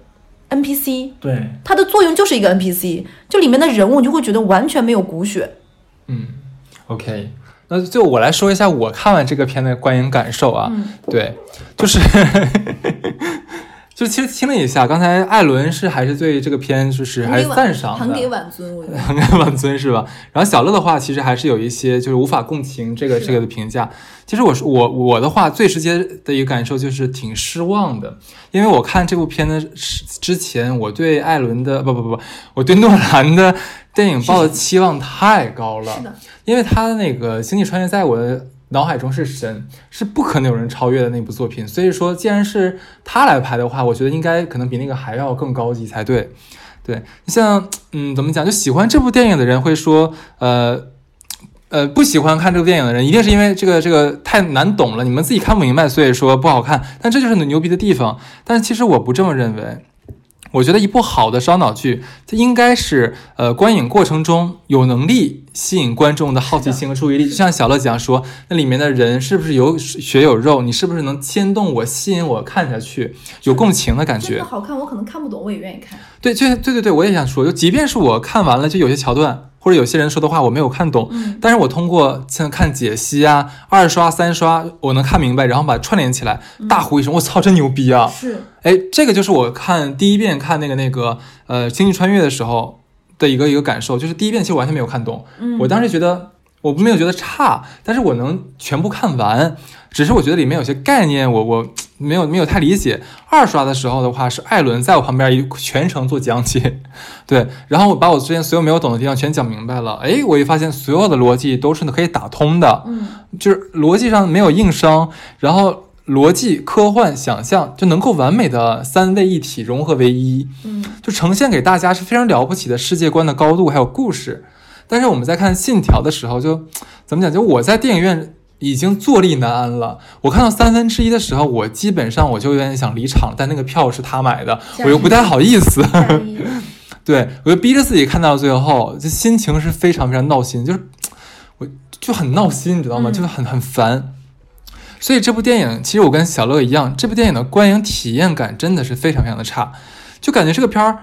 Speaker 4: NPC，
Speaker 3: 对，
Speaker 4: 它的作用就是一个 NPC，就里面的人物你就会觉得完全没有骨血。
Speaker 1: 嗯，OK，那就我来说一下我看完这个片的观影感受啊。
Speaker 4: 嗯
Speaker 1: 对，就是 就其实听了一下，刚才艾伦是还是对这个片就是还是赞赏的，
Speaker 2: 很给晚尊，我觉得。
Speaker 1: 很 给晚尊是吧？然后小乐的话，其实还是有一些就是无法共情这个这个的评价。其实我是我我的话，最直接的一个感受就是挺失望的，因为我看这部片的之之前，我对艾伦的不不不不，我对诺兰的电影抱的期望太高了。
Speaker 2: 是的，
Speaker 1: 因为他的那个《星际穿越》在我的脑海中是神，是不可能有人超越的那部作品。所以说，既然是他来拍的话，我觉得应该可能比那个还要更高级才对。对，像嗯，怎么讲？就喜欢这部电影的人会说，呃。呃，不喜欢看这部电影的人，一定是因为这个这个太难懂了，你们自己看不明白，所以说不好看。但这就是牛逼的地方。但其实我不这么认为，我觉得一部好的烧脑剧，它应该是呃观呃影过程中有能力吸引观众的好奇心和注意力。就像小乐讲说，那里面的人是不是有血有肉，你是不是能牵动我、吸引我看下去，有共情的感
Speaker 2: 真
Speaker 1: 觉啊
Speaker 2: 的。好看，我可能看不懂，我也愿意看。
Speaker 1: 对，就对对对，我也想说，就即便是我看完了，就有些桥段或者有些人说的话我没有看懂，
Speaker 4: 嗯
Speaker 1: 但是我通过像看解析啊、二刷、三刷，我能看明白，然后把它串联起来，大呼一声，我操，真牛逼啊！
Speaker 4: 是
Speaker 1: 哎，这个就是我看第一遍看那个那个呃《星际穿越》的时候的一个一个感受，就是第一遍其实我完全没有看懂，
Speaker 4: 嗯
Speaker 1: 我当时觉得我没有觉得差，但是我能全部看完，只是我觉得里面有些概念我我没有没有太理解。二刷的时候的话是艾伦在我旁边一全程做讲解， 对，然后我把我之前所有没有懂的地方全讲明白了，哎，我也发现所有的逻辑都是可以打通的，
Speaker 4: 嗯，
Speaker 1: 就是逻辑上没有硬伤，然后逻辑、科幻、想象就能够完美的三位一体融合为一，
Speaker 4: 嗯，
Speaker 1: 就呈现给大家是非常了不起的世界观的高度还有故事。但是我们在看《信条》的时候就，怎么讲？就我在电影院已经坐立难安了。我看到三分之一的时候，我基本上我就有点想离场，但那个票是他买的，我又不太好意思。
Speaker 4: 加一
Speaker 1: 对我就逼着自己看到最后，这心情是非常非常闹心，就是我就很闹心，你知道吗？
Speaker 4: 嗯
Speaker 1: 就是很很烦。所以这部电影，其实我跟小乐一样，这部电影的观影体验感真的是非常非常的差，就感觉这个片儿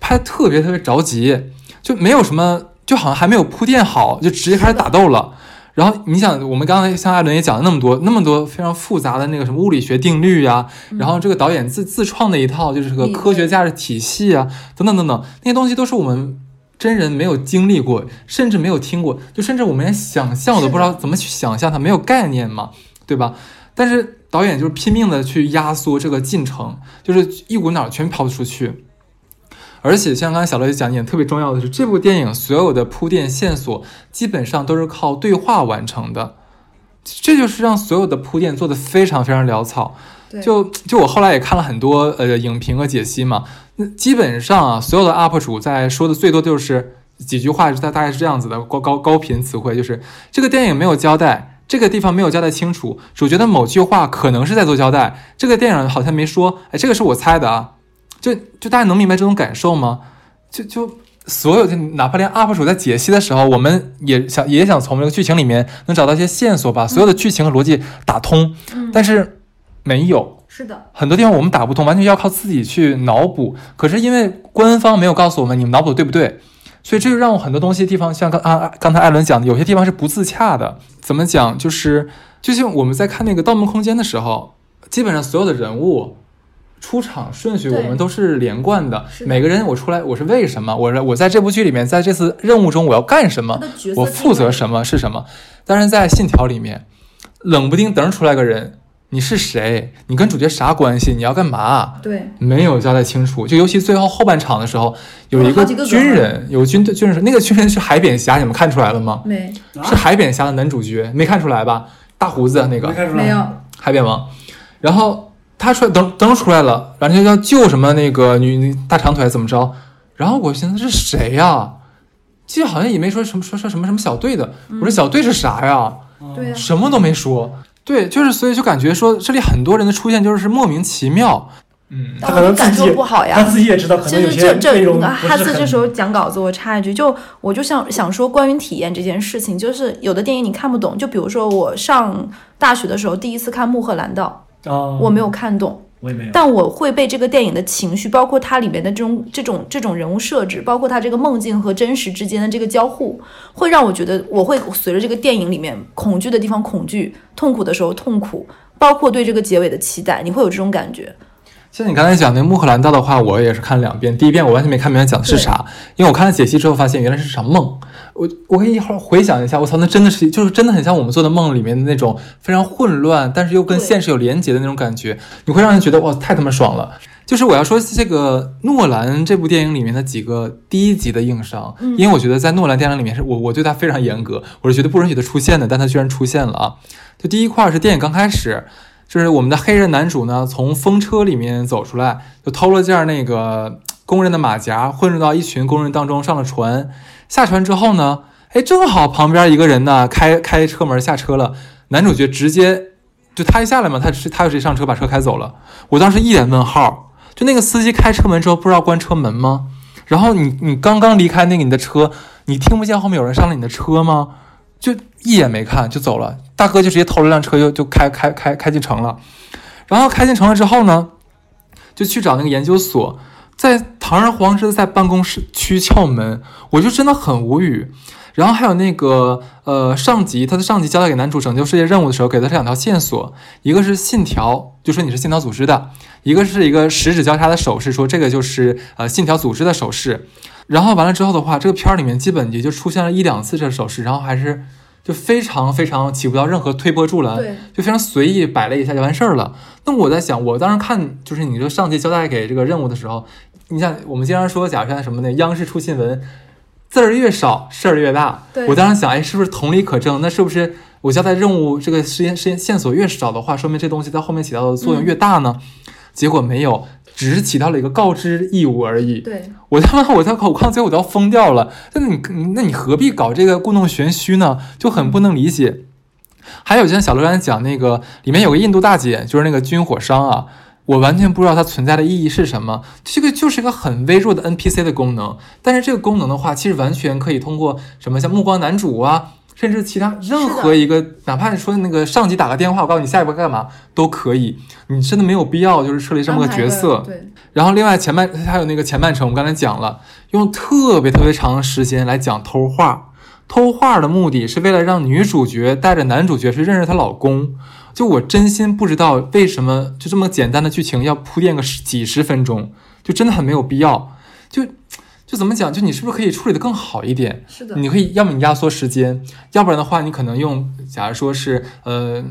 Speaker 1: 拍得特别特别着急，就没有什么，就好像还没有铺垫好，就直接开始打斗了。然后你想，我们刚才像艾伦也讲了那么多那么多非常复杂的那个什么物理学定律啊呀、然后这个导演自自创的一套就是个
Speaker 4: 理论
Speaker 1: 科学家的体系啊，等等等等，那些东西都是我们真人没有经历过，甚至没有听过，就甚至我们连想象我都不知道怎么去想象它，没有概念嘛，对吧？但是导演就是拼命的去压缩这个进程，就是一股脑儿全抛出去。而且像刚才小乐讲一点特别重要的是，这部电影所有的铺垫线索基本上都是靠对话完成的，这就是让所有的铺垫做得非常非常潦草。
Speaker 4: 对
Speaker 1: 就就我后来也看了很多呃影评和解析嘛，那基本上啊，所有的 UP 主在说的最多就是几句话，大大概是这样子的高高高频词汇，就是这个电影没有交代，这个地方没有交代清楚，主角的某句话可能是在做交代，这个电影好像没说，哎，这个是我猜的啊，就就大家能明白这种感受吗？就就所有的，哪怕连 UP 主在解析的时候，我们也想也想从这个剧情里面能找到一些线索，把所有的剧情和逻辑打通，
Speaker 4: 嗯
Speaker 1: 但是没有。
Speaker 4: 是的，
Speaker 1: 很多地方我们打不通，完全要靠自己去脑补。可是因为官方没有告诉我们你们脑补得对不对，所以这就让我很多东西地方，像刚啊刚才艾伦讲的，有些地方是不自洽的。怎么讲？就是就像我们在看那个《盗梦空间》的时候，基本上所有的人物。出场顺序
Speaker 4: 对
Speaker 1: 我们都是连贯的，
Speaker 4: 是的
Speaker 1: 每个人我出来我是为什么？我我在这部剧里面，在这次任务中我要干什么？
Speaker 4: 他的角色
Speaker 1: 啊我负责什么是什么。但是在信条里面，冷不丁等出来个人，你是谁？你跟主角啥关系？你要干嘛？
Speaker 4: 对
Speaker 1: 没有交代清楚。就尤其最后后半场的时候，有一
Speaker 4: 有好
Speaker 1: 个
Speaker 4: 几个哥们
Speaker 1: 军
Speaker 4: 儿
Speaker 1: 人，有军队军人说，那个军人是海扁侠，你们看出来了吗？
Speaker 4: 没
Speaker 3: 啊
Speaker 1: 是海扁侠的男主角，没看出来吧？大胡子那个
Speaker 3: 没看出来
Speaker 4: 没有
Speaker 1: 海扁王，然后他出来灯灯出来了，然后就要救什么那个女女大长腿怎么着，然后我寻思这是谁呀、其实好像也没说什么说说什么什么小队的，我说小队是啥呀？
Speaker 3: 啊
Speaker 2: 对呀、
Speaker 4: 啊
Speaker 1: 什么都没说。对，就是所以就感觉说这里很多人的出现就是莫名其妙。嗯，
Speaker 3: 他可能
Speaker 4: 感
Speaker 3: 自己
Speaker 4: 受不好呀。
Speaker 3: 他自己也知道，可
Speaker 4: 就
Speaker 3: 能有
Speaker 4: 是
Speaker 3: 些
Speaker 4: 这这
Speaker 3: 内容
Speaker 4: 啊
Speaker 3: 不
Speaker 4: 哈
Speaker 3: 是
Speaker 4: 斯
Speaker 3: 很
Speaker 4: 这时候讲稿子，我插一句，就我就想想说关于体验这件事情，就是有的电影你看不懂，就比如说我上大学的时候第一次看《穆赫兰道
Speaker 3: 啊，》，
Speaker 4: 我没有看懂，
Speaker 3: 我也没有，
Speaker 4: 但我会被这个电影的情绪，包括它里面的这种这种这种人物设置，包括它这个梦境和真实之间的这个交互，会让我觉得我会随着这个电影里面恐惧的地方恐惧，痛苦的时候痛苦，包括对这个结尾的期待，你会有这种感觉。
Speaker 1: 像你刚才讲那穆赫兰道的话，我也是看了两遍。第一遍我完全没看明白讲的是啥，因为我看了解析之后发现原来是场梦。我我可以一会儿回想一下，我操，那真的是就是真的很像我们做的梦里面的那种非常混乱，但是又跟
Speaker 4: 对
Speaker 1: 现实有连结的那种感觉。你会让人觉得哇，太他妈爽了！就是我要说这个诺兰这部电影里面的几个低级的硬伤，因为我觉得在诺兰电影里面是我我对他非常严格，我是觉得不允许他出现的，但他居然出现了啊！就第一块儿是电影刚开始，就是我们的黑人男主呢，从风车里面走出来，就偷了件那个工人的马甲，混入到一群工人当中，上了船。下船之后呢，哎，正好旁边一个人呢开开车门下车了，男主角直接就他一下来嘛，他直他就直接上车把车开走了。我当时一脸问号，就那个司机开车门之后不知道关车门吗？然后你你刚刚离开那个你的车，你听不见后面有人上了你的车吗？就一眼没看就走了。大哥就直接偷了辆车就就开开开开进城了。然后开进城了之后呢，就去找那个研究所，在堂而皇之的在办公室区撬门，我就真的很无语。然后还有那个呃上级，他的上级交代给男主拯救世界任务的时候，给了他两条线索，一个是信条，就说你是信条组织的；一个是一个十指交叉的手势，说这个就是呃信条组织的手势。然后完了之后的话，这个片儿里面基本也就出现了一两次这个手势，然后还是就非常非常起不到任何推波助澜，
Speaker 2: 对，
Speaker 1: 就非常随意摆了一下就完事儿了。那我在想，我当时看就是你这上级交代给这个任务的时候，你像我们经常说，假如像什么那央视出新闻，字儿越少事儿越大。
Speaker 2: 对
Speaker 1: 我当时想，哎，是不是同理可证？那是不是我交代任务这个实验实验线索越少的话，说明这东西在后面起到的作
Speaker 2: 嗯
Speaker 1: 用越大呢？结果没有，只是起到了一个告知义务而已。
Speaker 2: 对，
Speaker 1: 我他妈，我他我看最后我都要疯掉了。那你那你何必搞这个故弄玄虚呢？就很不能理解。还有就像小罗刚才讲那个，里面有个印度大姐，就是那个军火商啊，我完全不知道它存在的意义是什么。这个就是一个很微弱的 NPC 的功能，但是这个功能的话，其实完全可以通过什么像目光男主啊，甚至其他任何一个，哪怕你说那个上级打个电话，我告诉你下一步干嘛都可以。你真的没有必要就是设立这么个
Speaker 2: 安排
Speaker 1: 角
Speaker 2: 的
Speaker 1: 色。
Speaker 2: 对，
Speaker 1: 然后另外前半还有那个前半程，我们刚才讲了，用特别特别长的时间来讲偷画。偷画的目的是为了让女主角带着男主角去认识她老公。就我真心不知道为什么就这么简单的剧情要铺垫个十几十分钟，就真的很没有必要。就就怎么讲，就你是不是可以处理的更好一点？
Speaker 2: 是的，
Speaker 1: 你可以要么你压缩时间，要不然的话，你可能用，假如说是呃，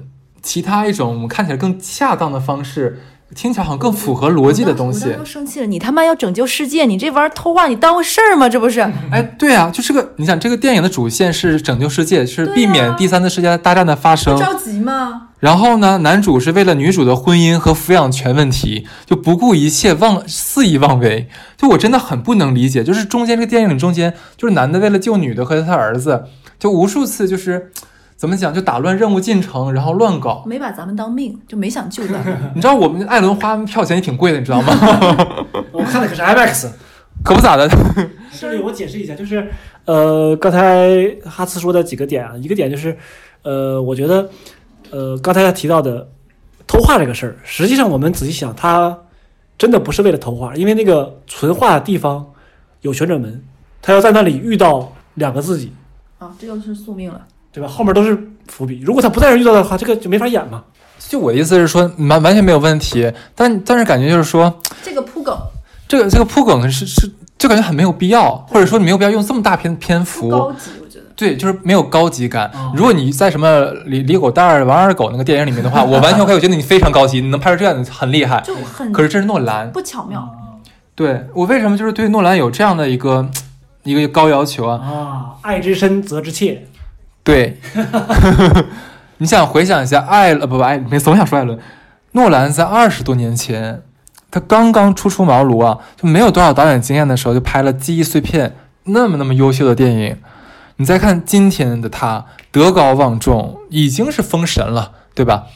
Speaker 1: 其他一种我们看起来更恰当的方式，听起来好像更符合逻辑的东
Speaker 4: 我当
Speaker 1: 西
Speaker 4: 时。都生气了，你他妈要拯救世界，你这玩意儿偷画，你当回事儿吗？这不是？
Speaker 1: 哎，对啊，就这个，你想这个电影的主线是拯救世界，是
Speaker 2: 对啊
Speaker 1: 避免第三次世界大战的发生。
Speaker 2: 着急吗？
Speaker 1: 然后呢，男主是为了女主的婚姻和抚养权问题，就不顾一切妄肆意妄为。就我真的很不能理解，就是中间这个电影中间，就是男的为了救女的和他儿子，就无数次就是怎么讲，就打乱任务进程，然后乱搞。
Speaker 4: 没把咱们当命，就没想救咱 们。
Speaker 1: 你知道我们艾伦花票钱也挺贵的，你知道吗？
Speaker 3: 我看的可是 IMAX。
Speaker 1: 可不咋的。
Speaker 3: 这里我解释一下，就是呃，刚才哈茨说的几个点啊，一个点就是呃，我觉得呃，刚才他提到的偷画这个事儿，实际上我们仔细想，他真的不是为了偷画，因为那个存画的地方有旋转门，他要在那里遇到两个自己，
Speaker 4: 啊，这就是宿命了。
Speaker 3: 对吧？后面都是伏笔，如果他不在这儿遇到的话，这个就没法演嘛。
Speaker 1: 就我的意思是说，完完全没有问题，但但是感觉就是说。
Speaker 2: 这个铺梗，
Speaker 1: 这个这个铺梗是是就感觉很没有必要，或者说你没有必要用这么大篇篇
Speaker 2: 不高
Speaker 1: 幅。
Speaker 2: 级，我觉得。
Speaker 1: 对，就是没有高级感
Speaker 3: 哦。
Speaker 1: 如果你在什么李李狗蛋儿、王二狗那个电影里面 的话，我完全可以，我觉得你非常高级，你能拍出这样的很厉 害。
Speaker 4: 就很
Speaker 1: 可是这是诺兰，
Speaker 4: 不巧妙。
Speaker 1: 对我为什么就是对诺兰有这样的一个一个高要求啊？
Speaker 3: 啊，爱之深责之 切，
Speaker 1: 哎对，你想回想一下艾伦，不不艾，没总想说艾伦，诺兰在二十多年前，他刚刚初出茅庐啊，就没有多少导演经验的时候，就拍了《记忆碎片》那么那么优秀的电影。你再看今天的他，德高望重，已经是封神了，对吧？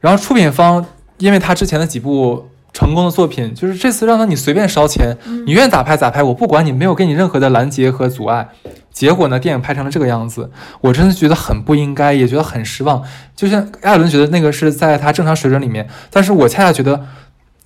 Speaker 1: 然后出品方因为他之前的几部成功的作品，就是这次让他你随便烧钱，嗯
Speaker 4: 嗯
Speaker 1: 你愿意咋拍咋拍，我不管你，没有给你任何的拦截和阻碍。结果呢，电影拍成了这个样子，我真的觉得很不应该，也觉得很失望。就像艾伦觉得那个是在他正常水准里面，但是我恰恰觉得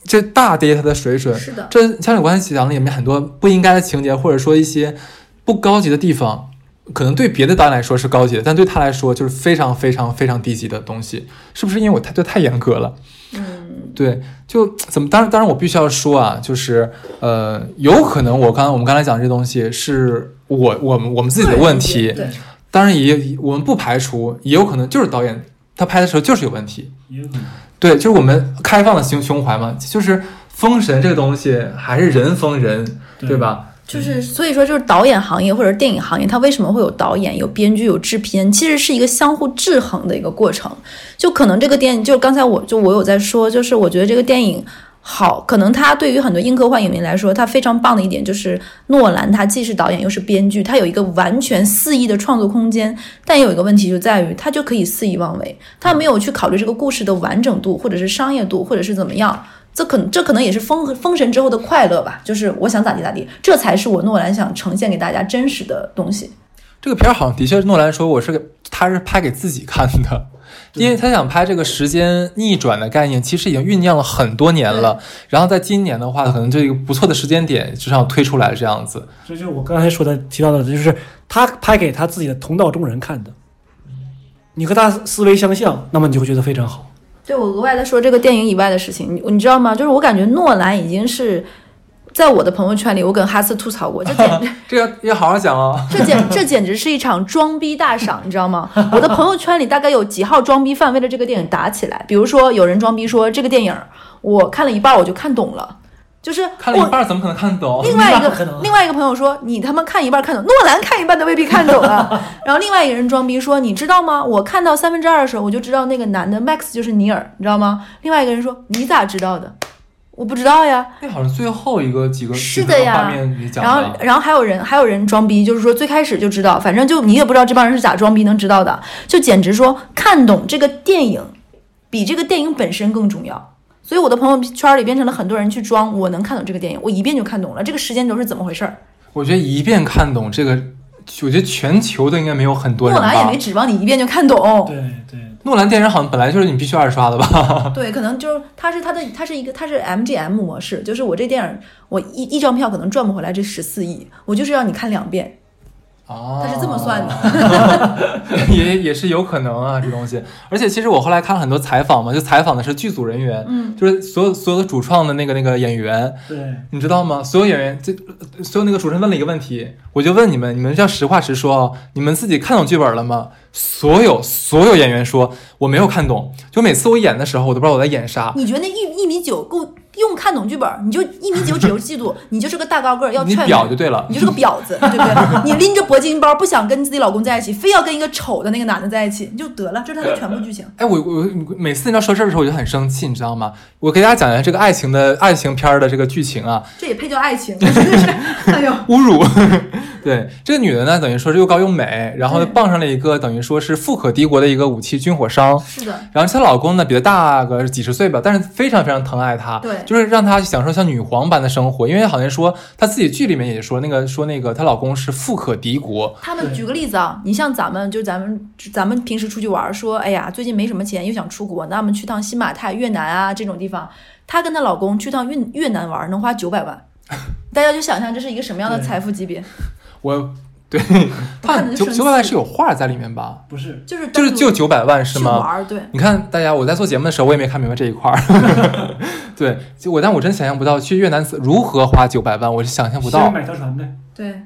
Speaker 1: 这大跌他的水准。
Speaker 5: 是的，
Speaker 1: 这《枪手关系讲》里面很多不应该的情节，或者说一些不高级的地方，可能对别的导演来说是高级的，但对他来说就是非常非常非常低级的东西。是不是因为我太对太严格了？
Speaker 2: 嗯，
Speaker 1: 对，就怎么？当然，当然，我必须要说啊，就是呃，有可能我刚我们刚才讲这东西是我我们我们自己的问题，
Speaker 5: 对，
Speaker 1: 当然也我们不排除，也有可能就是导演他拍的时候就是有问题，
Speaker 3: 也有可能
Speaker 1: 对，就是我们开放的胸胸怀嘛，就是封神这个东西还是人封人，对？吧？
Speaker 2: 就是所以说，就是导演行业或者电影行业，它为什么会有导演、有编剧、有制片，其实是一个相互制衡的一个过程。就可能这个电影，就刚才我就我有在说，就是我觉得这个电影。好，可能它对于很多硬科幻影迷来说，它非常棒的一点就是诺兰，他既是导演又是编剧，他有一个完全肆意的创作空间。但也有一个问题就在于，他就可以肆意妄为，他没有去考虑这个故事的完整度，或者是商业度，或者是怎么样。这可能这可能也是封封神之后的快乐吧，就是我想咋地咋地，这才是我诺兰想呈现给大家真实的东西。
Speaker 1: 这个片儿好像的确，诺兰说我是给他是拍给自己看 的，因为他想拍这个时间逆转的概念，其实已经酝酿了很多年了。然后在今年的话，可能这个不错的时间点就想推出来这样子。
Speaker 3: 所以就是我刚才说的提到的，就是他拍给他自己的同道中人看的。你和他思维相像，那么你就会觉得非常好。
Speaker 2: 对我额外的说这个电影以外的事情，你你知道吗？就是我感觉诺兰已经是在我的朋友圈里，我跟哈斯吐槽过，这简直
Speaker 1: 这个要好好讲哦。
Speaker 2: 这简这简直是一场装逼大赏，你知道吗？我的朋友圈里大概有几号装逼犯为了这个电影打起来，比如说有人装逼说这个电影我看了一半我就看懂了，就是
Speaker 1: 看了一
Speaker 2: 我
Speaker 1: 半儿怎么可能看得懂？
Speaker 2: 另外一
Speaker 3: 那不
Speaker 2: 个
Speaker 3: 可能
Speaker 2: 另外一个朋友说，你他妈看一半看懂，诺兰看一半都未必看懂啊。然后另外一个人装逼说，你知道吗？我看到三分之二的时候，我就知道那个男的 Max 就是尼尔，你知道吗？另外一个人说，你咋知道的？我不知道呀。
Speaker 1: 那好像最后一个几个
Speaker 2: 是
Speaker 1: 几个
Speaker 2: 的呀
Speaker 1: 画面里讲
Speaker 2: 然后
Speaker 1: 的，，
Speaker 2: 然后还有人还有人装逼，就是说最开始就知道，反正就你也不知道这帮人是咋装逼能知道的，就简直说看懂这个电影比这个电影本身更重要。所以我的朋友圈里变成了很多人去装，我能看懂这个电影，我一遍就看懂了，这个时间轴是怎么回事儿。
Speaker 1: 我觉得一遍看懂这个，我觉得全球都应该没有很多
Speaker 2: 诺
Speaker 1: 人吧。
Speaker 2: 兰也没指望你一遍就看懂，
Speaker 3: 对对，
Speaker 1: 诺兰电影好像本来就是你必须二刷的吧？
Speaker 2: 对，可能就是它是它的它是一个它是 MGM 模式，就是我这电影我一一张票可能赚不回来这十四亿，我就是让你看两遍，
Speaker 1: 哦
Speaker 2: 他是这么算
Speaker 1: 的， 也也是有可能啊，这东西。而且其实我后来看了很多采访嘛，就采访的是剧组人员，
Speaker 2: 嗯，
Speaker 1: 就是所有所有的主创的那个那个演员，
Speaker 3: 对，
Speaker 1: 你知道吗？所有演员，这所有那个主持人问了一个问题，我就问你们，你们要实话实说啊，你们自己看懂剧本了吗？所有所有演员说我没有看懂，就每次我演的时候，我都不知道我在演啥。
Speaker 2: 你觉得那一一米九够用看懂剧本儿，你就一米九只有嫉妒，你就是个大高个儿要
Speaker 1: 你
Speaker 2: 踹
Speaker 1: 表
Speaker 2: 门
Speaker 1: 就。对了，
Speaker 2: 你就是个婊子，对不对？ 你拎着铂金包，不想跟自己老公在一起，非要跟一个丑的那个男的在一起，你就得了，这是他的全部剧情。
Speaker 1: 哎，我我每次你知道说事儿的时候，我就很生气，你知道吗？我给大家讲一下这个爱情的爱情片儿的这个剧情啊，
Speaker 2: 这也配叫爱情？ 真的是，哎呦，
Speaker 1: 侮辱。 对，这个女的呢，等于说是又高又美，然后呢
Speaker 2: 对
Speaker 1: 傍上了一个等于说是富可敌国的一个武器军火商，
Speaker 2: 是的，
Speaker 1: 然后她老公呢比她大个几十岁吧，但是非常非常疼爱她，
Speaker 2: 对
Speaker 1: 就是让她享受像女皇般的生活，因为好像说她自己剧里面也说那个说那个她老公是富可敌国，
Speaker 2: 他们
Speaker 3: 对
Speaker 2: 举个例子啊，你像咱们就咱们咱们平时出去玩儿，说哎呀最近没什么钱，又想出国，那我们去趟新马泰、越南啊这种地方。她跟她老公去趟越越南玩儿，能花九 百万，大家就想象这是一个什么样的
Speaker 3: 对
Speaker 2: 财富级别，
Speaker 1: 我 对，
Speaker 2: 看
Speaker 1: 她
Speaker 2: 着就
Speaker 1: 九
Speaker 2: 生
Speaker 1: 九百万
Speaker 2: 气
Speaker 1: 是有画在里面吧？
Speaker 3: 不是
Speaker 2: 就是单
Speaker 1: 就是
Speaker 2: 独
Speaker 1: 就九百万是
Speaker 2: 去
Speaker 1: 吗？
Speaker 2: 玩儿，对，
Speaker 1: 你看，大家，我在做节目的时候，我也没看明白这一块儿。 对，就我，但我真想象不到去越南如何花九百万，我是想象不
Speaker 3: 先
Speaker 1: 到。
Speaker 3: 买条船呗。
Speaker 2: 对，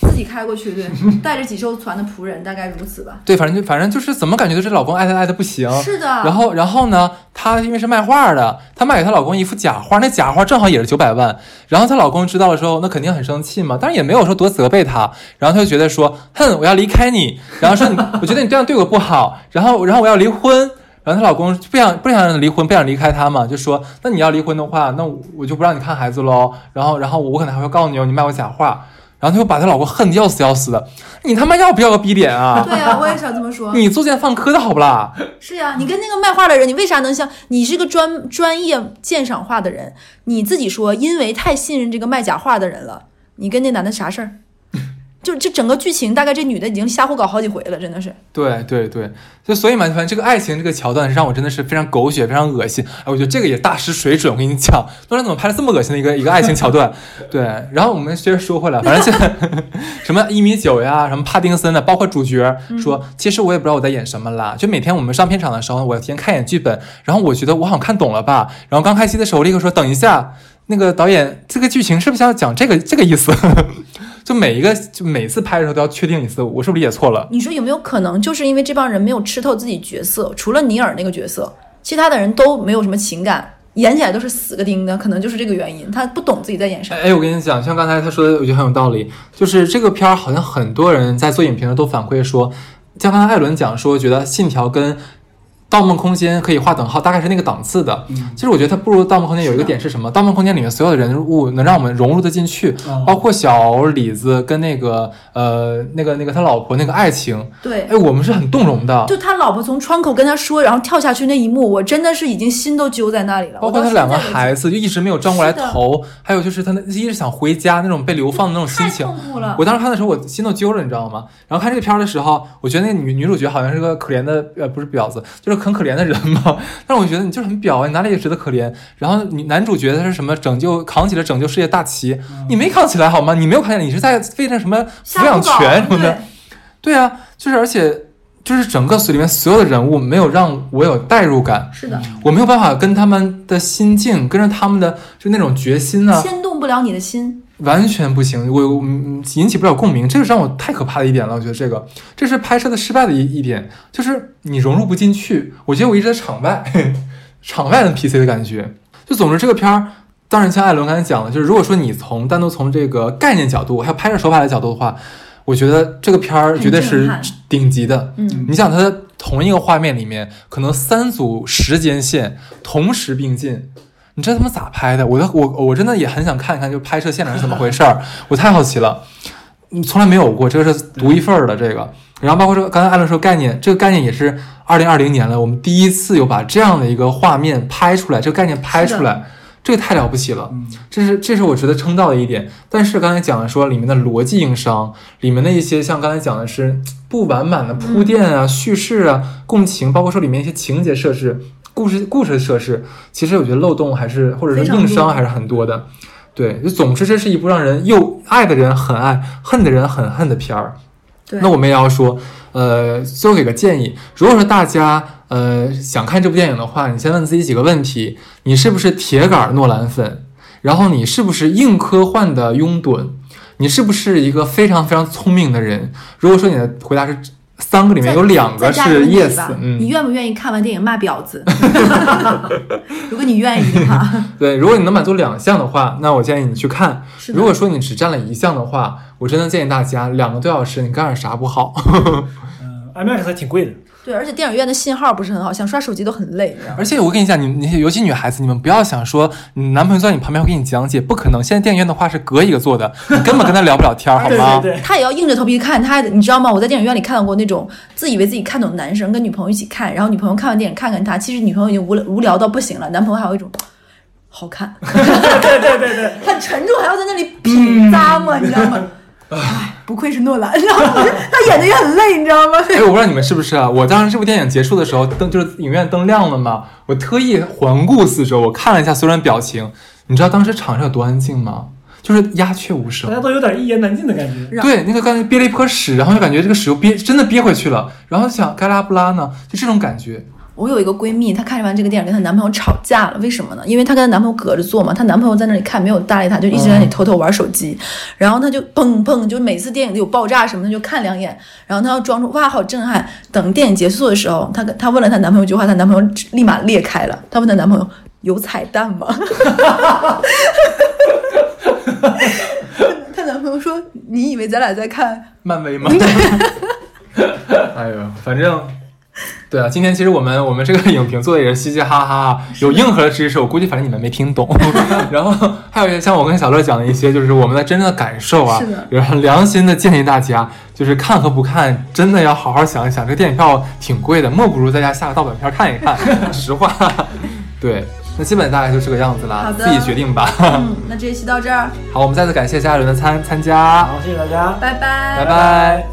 Speaker 2: 自己开过去， 对，带着几艘船的仆人，大概如此吧。
Speaker 1: 对，反正就反正就是怎么感觉就是老公爱她爱的不行。
Speaker 2: 是啊的，
Speaker 1: 然后然后呢，她因为是卖画的，她卖给她老公一幅假画，那假画正好也是九百万。然后她老公知道了之后，那肯定很生气嘛，但是也没有说多责备她。然后她就觉得 说，哼，我要离开你，然后说你，我觉得你这样对我不好，然后然后我要离婚。然后她老公不想不想让她离婚，不想离开她嘛，就说那你要离婚的话，那我我就不让你看孩子喽。然后然后我可能还会告你哦，你卖我假话。然后她就把她老公恨得要死要死的，你他妈要不要个逼脸啊？
Speaker 2: 对啊，我也想这么说。
Speaker 1: 你作奸犯科的好不啦？
Speaker 2: 是呀、你跟那个卖画的人，你为啥能像？你是个专专业鉴赏画的人，你自己说，因为太信任这个卖假画的人了。你跟那男的啥事儿？ 就这整个剧情，大概这女的已经瞎胡搞好几回了，真的是。
Speaker 1: 对对对，就所以嘛，反正这个爱情这个桥段让我真的是非常狗血，非常恶心。哎，我觉得这个也大师水准，我跟你讲，不然怎么拍了这么恶心的一个一个爱情桥段？对，然后我们接着说回来，反正现在什么一米九呀，什么帕丁森的，包括主角说，其实我也不知道我在演什么啦。就每天我们上片场的时候，我先看一眼剧本，然后我觉得我好像看懂了吧，然后刚开机的时候立刻说等一下，那个导演这个剧情是不是要讲这个这个意思？ 就每一个就每次拍的时候都要确定一次，我是不是理解错了？
Speaker 2: 你说有没有可能，就是因为这帮人没有吃透自己角色，除了尼尔那个角色，其他的人都没有什么情感，演起来都是死个钉的，可能就是这个原因，他不懂自己在演啥。
Speaker 1: 哎，我跟你讲，像刚才他说的，我觉得很有道理。就是这个片儿，好像很多人在做影评的都反馈说，像刚才艾伦讲说，觉得《信条》跟《盗梦空间》可以划等号，大概是那个档次的。其实我觉得它不如《盗梦空间》有一个点是什么？《盗梦空间》里面所有的人物能让我们融入的进去，
Speaker 3: 哦
Speaker 1: 包括小李子跟那个呃那个那个他老婆那个爱情，
Speaker 2: 对，
Speaker 1: 哎，我们是很动容的。
Speaker 2: 就他老婆从窗口跟他说，然后跳下去那一幕，我真的是已经心都揪在那里了。
Speaker 1: 包括
Speaker 2: 我到
Speaker 1: 他两个
Speaker 2: 现在为止
Speaker 1: 孩子就一直没有转过来
Speaker 2: 是的
Speaker 1: 头，还有就是他那一直想回家那种被流放的那种心
Speaker 2: 太
Speaker 1: 情
Speaker 2: 痛，苦了。
Speaker 1: 我当时看的时候，我心都揪了，你知道吗？然后看这个片儿的时候，我觉得那个女女主角好像是个可怜的，呃，不是婊子，就是很可怜的人嘛。但是我觉得你就是很婊啊，你哪里也值得可怜。然后你男主角他是什么拯救扛起了拯救世界大旗，你没扛起来好吗？你没有看见，你是在为了什么抚养权什么的？对啊，就是而且就是整个里面所有的人物没有让我有代入感，
Speaker 2: 对，是的，
Speaker 1: 我没有办法跟他们的心境，跟着他们的就那种决心啊，
Speaker 2: 牵动不了你的心。
Speaker 1: 完全不行，我我嗯引起不了共鸣，这个让我太可怕的一点了。我觉得这个这是拍摄的失败的一一点，就是你融入不进去。我觉得我一直在场外， 场外的 PC 的感觉。就总之这个片儿，当然像艾伦刚才讲的，就是如果说你从单独从这个概念角度，还有拍摄手法的角度的话，我觉得这个片儿绝对
Speaker 2: 很
Speaker 1: 是
Speaker 2: 震撼
Speaker 1: 顶级的。
Speaker 2: 嗯，
Speaker 1: 你想，它的同一个画面里面，可能三组时间线同时并进，你这他妈咋拍的？我都我我真的也很想看一看，就拍摄现场是怎么回事儿，我太好奇了。嗯，从来没有过，这个是独一份儿的这个。然后包括这个，刚才艾伦说概念，这个概念也是二零二零年了，我们第一次有把这样的一个画面拍出来，这个概念拍出来，这个太了不起了。
Speaker 3: 嗯
Speaker 1: 这是这是我值得称道的一点。但是刚才讲的说里面的逻辑硬伤，里面的一些像刚才讲的是不完满的铺垫
Speaker 2: 嗯
Speaker 1: 啊、叙事啊、共情，包括说里面一些情节设置、故事故事设置，其实我觉得漏洞还是或者是
Speaker 2: 非常
Speaker 1: 硬伤
Speaker 2: 多
Speaker 1: 还是很多的。对，就总之这是一部让人又爱的人很爱，恨的人很恨的片儿。
Speaker 2: 对
Speaker 1: 那我们也要说，呃，最后给个建议，如果说大家呃想看这部电影的话，你先问自己几个问题：你是不是铁杆诺兰粉？然后你是不是硬科幻的拥趸？你是不是一个非常非常聪明的人？如果说你的回答是三个里面有两个
Speaker 2: 再加一
Speaker 1: 是
Speaker 2: 问题
Speaker 1: yes，
Speaker 2: 吧你
Speaker 1: 嗯，
Speaker 2: 愿不愿意看完电影骂婊 子？如果你愿意的话，
Speaker 1: 对，如果你能满足两项的话，那我建议你去看。
Speaker 2: 是的
Speaker 1: 如果说你只占了一项的话，我真的建议大家两个多小时你干点啥不好。
Speaker 3: 嗯，IMAX 还挺贵的，
Speaker 2: 对，而且电影院的信号不是很好，想刷手机都很累，你知道吗？
Speaker 1: 而且我跟你讲，你你尤其女孩子，你们不要想说你男朋友在你旁边会给你讲解，不可能。现在电影院的话是隔一个座的，你根本跟他聊不了 天儿，好
Speaker 3: 对
Speaker 1: 吗？
Speaker 3: 对对，
Speaker 2: 他也要硬着头皮看，他还得你知道吗？我在电影院里看到过那种自以为自己看懂男生跟女朋友一起看，然后女朋友看完电影看看他，其实女朋友已经无聊无聊到不行了，男朋友还有一种好看，
Speaker 3: 对对对对，
Speaker 2: 很沉重，还要在那里品咂摸，你知道吗？ 哎，不愧是诺兰， 然后我就他演的也很累，你知道吗？
Speaker 1: 哎，我不知道你们是不是啊？我当时这部电影结束的时候，灯就是影院灯亮了嘛，我特意环顾四周，我看了一下所有人表情。你知道当时场上有多安静吗？就是鸦雀无
Speaker 3: 大家
Speaker 1: 声。
Speaker 3: 都有点一言难尽的感觉。
Speaker 2: 让
Speaker 1: 对，那个感觉憋了一泼屎，然后就感觉这个屎又憋，真的憋回去了，然后就想该拉不拉呢，就这种感觉。
Speaker 2: 我有一个闺蜜，她看完这个电影跟她男朋友吵架了，为什么呢？因为她跟她男朋友隔着坐嘛，她男朋友在那里看，没有搭理她，就一直在那里偷偷玩手机。然后她就砰砰，就每次电影有爆炸什么的就看两眼，然后她要装出哇好震撼。等电影结束的时候，她跟她问了她男朋友一句话，她男朋友立马裂开了。她问她男朋友有彩蛋吗？ 她男朋友说：“你 以为咱俩在看
Speaker 1: 漫威吗？哎呦，反正对啊，今天其实我们我们这个影评做的也是嘻嘻哈 哈，有硬核的知识，我估计反正你们没听懂。 然后还有一些像我跟小乐讲的一些，就是我们的真正的感受啊
Speaker 2: 是的，
Speaker 1: 也很良心的建议大家，就是看和不看，真的要好好想一想，这个电影票挺贵的，莫不如在家下个盗版片看一 看。实话，对，那基本大概就这个样子
Speaker 2: 好
Speaker 1: 啦，
Speaker 2: 的
Speaker 1: 自己决定吧。
Speaker 2: 嗯，那这一期到这儿，
Speaker 1: 好，我们再次感谢嘉伦的参参加，
Speaker 3: 好，谢谢大家，
Speaker 2: 拜拜
Speaker 1: 拜拜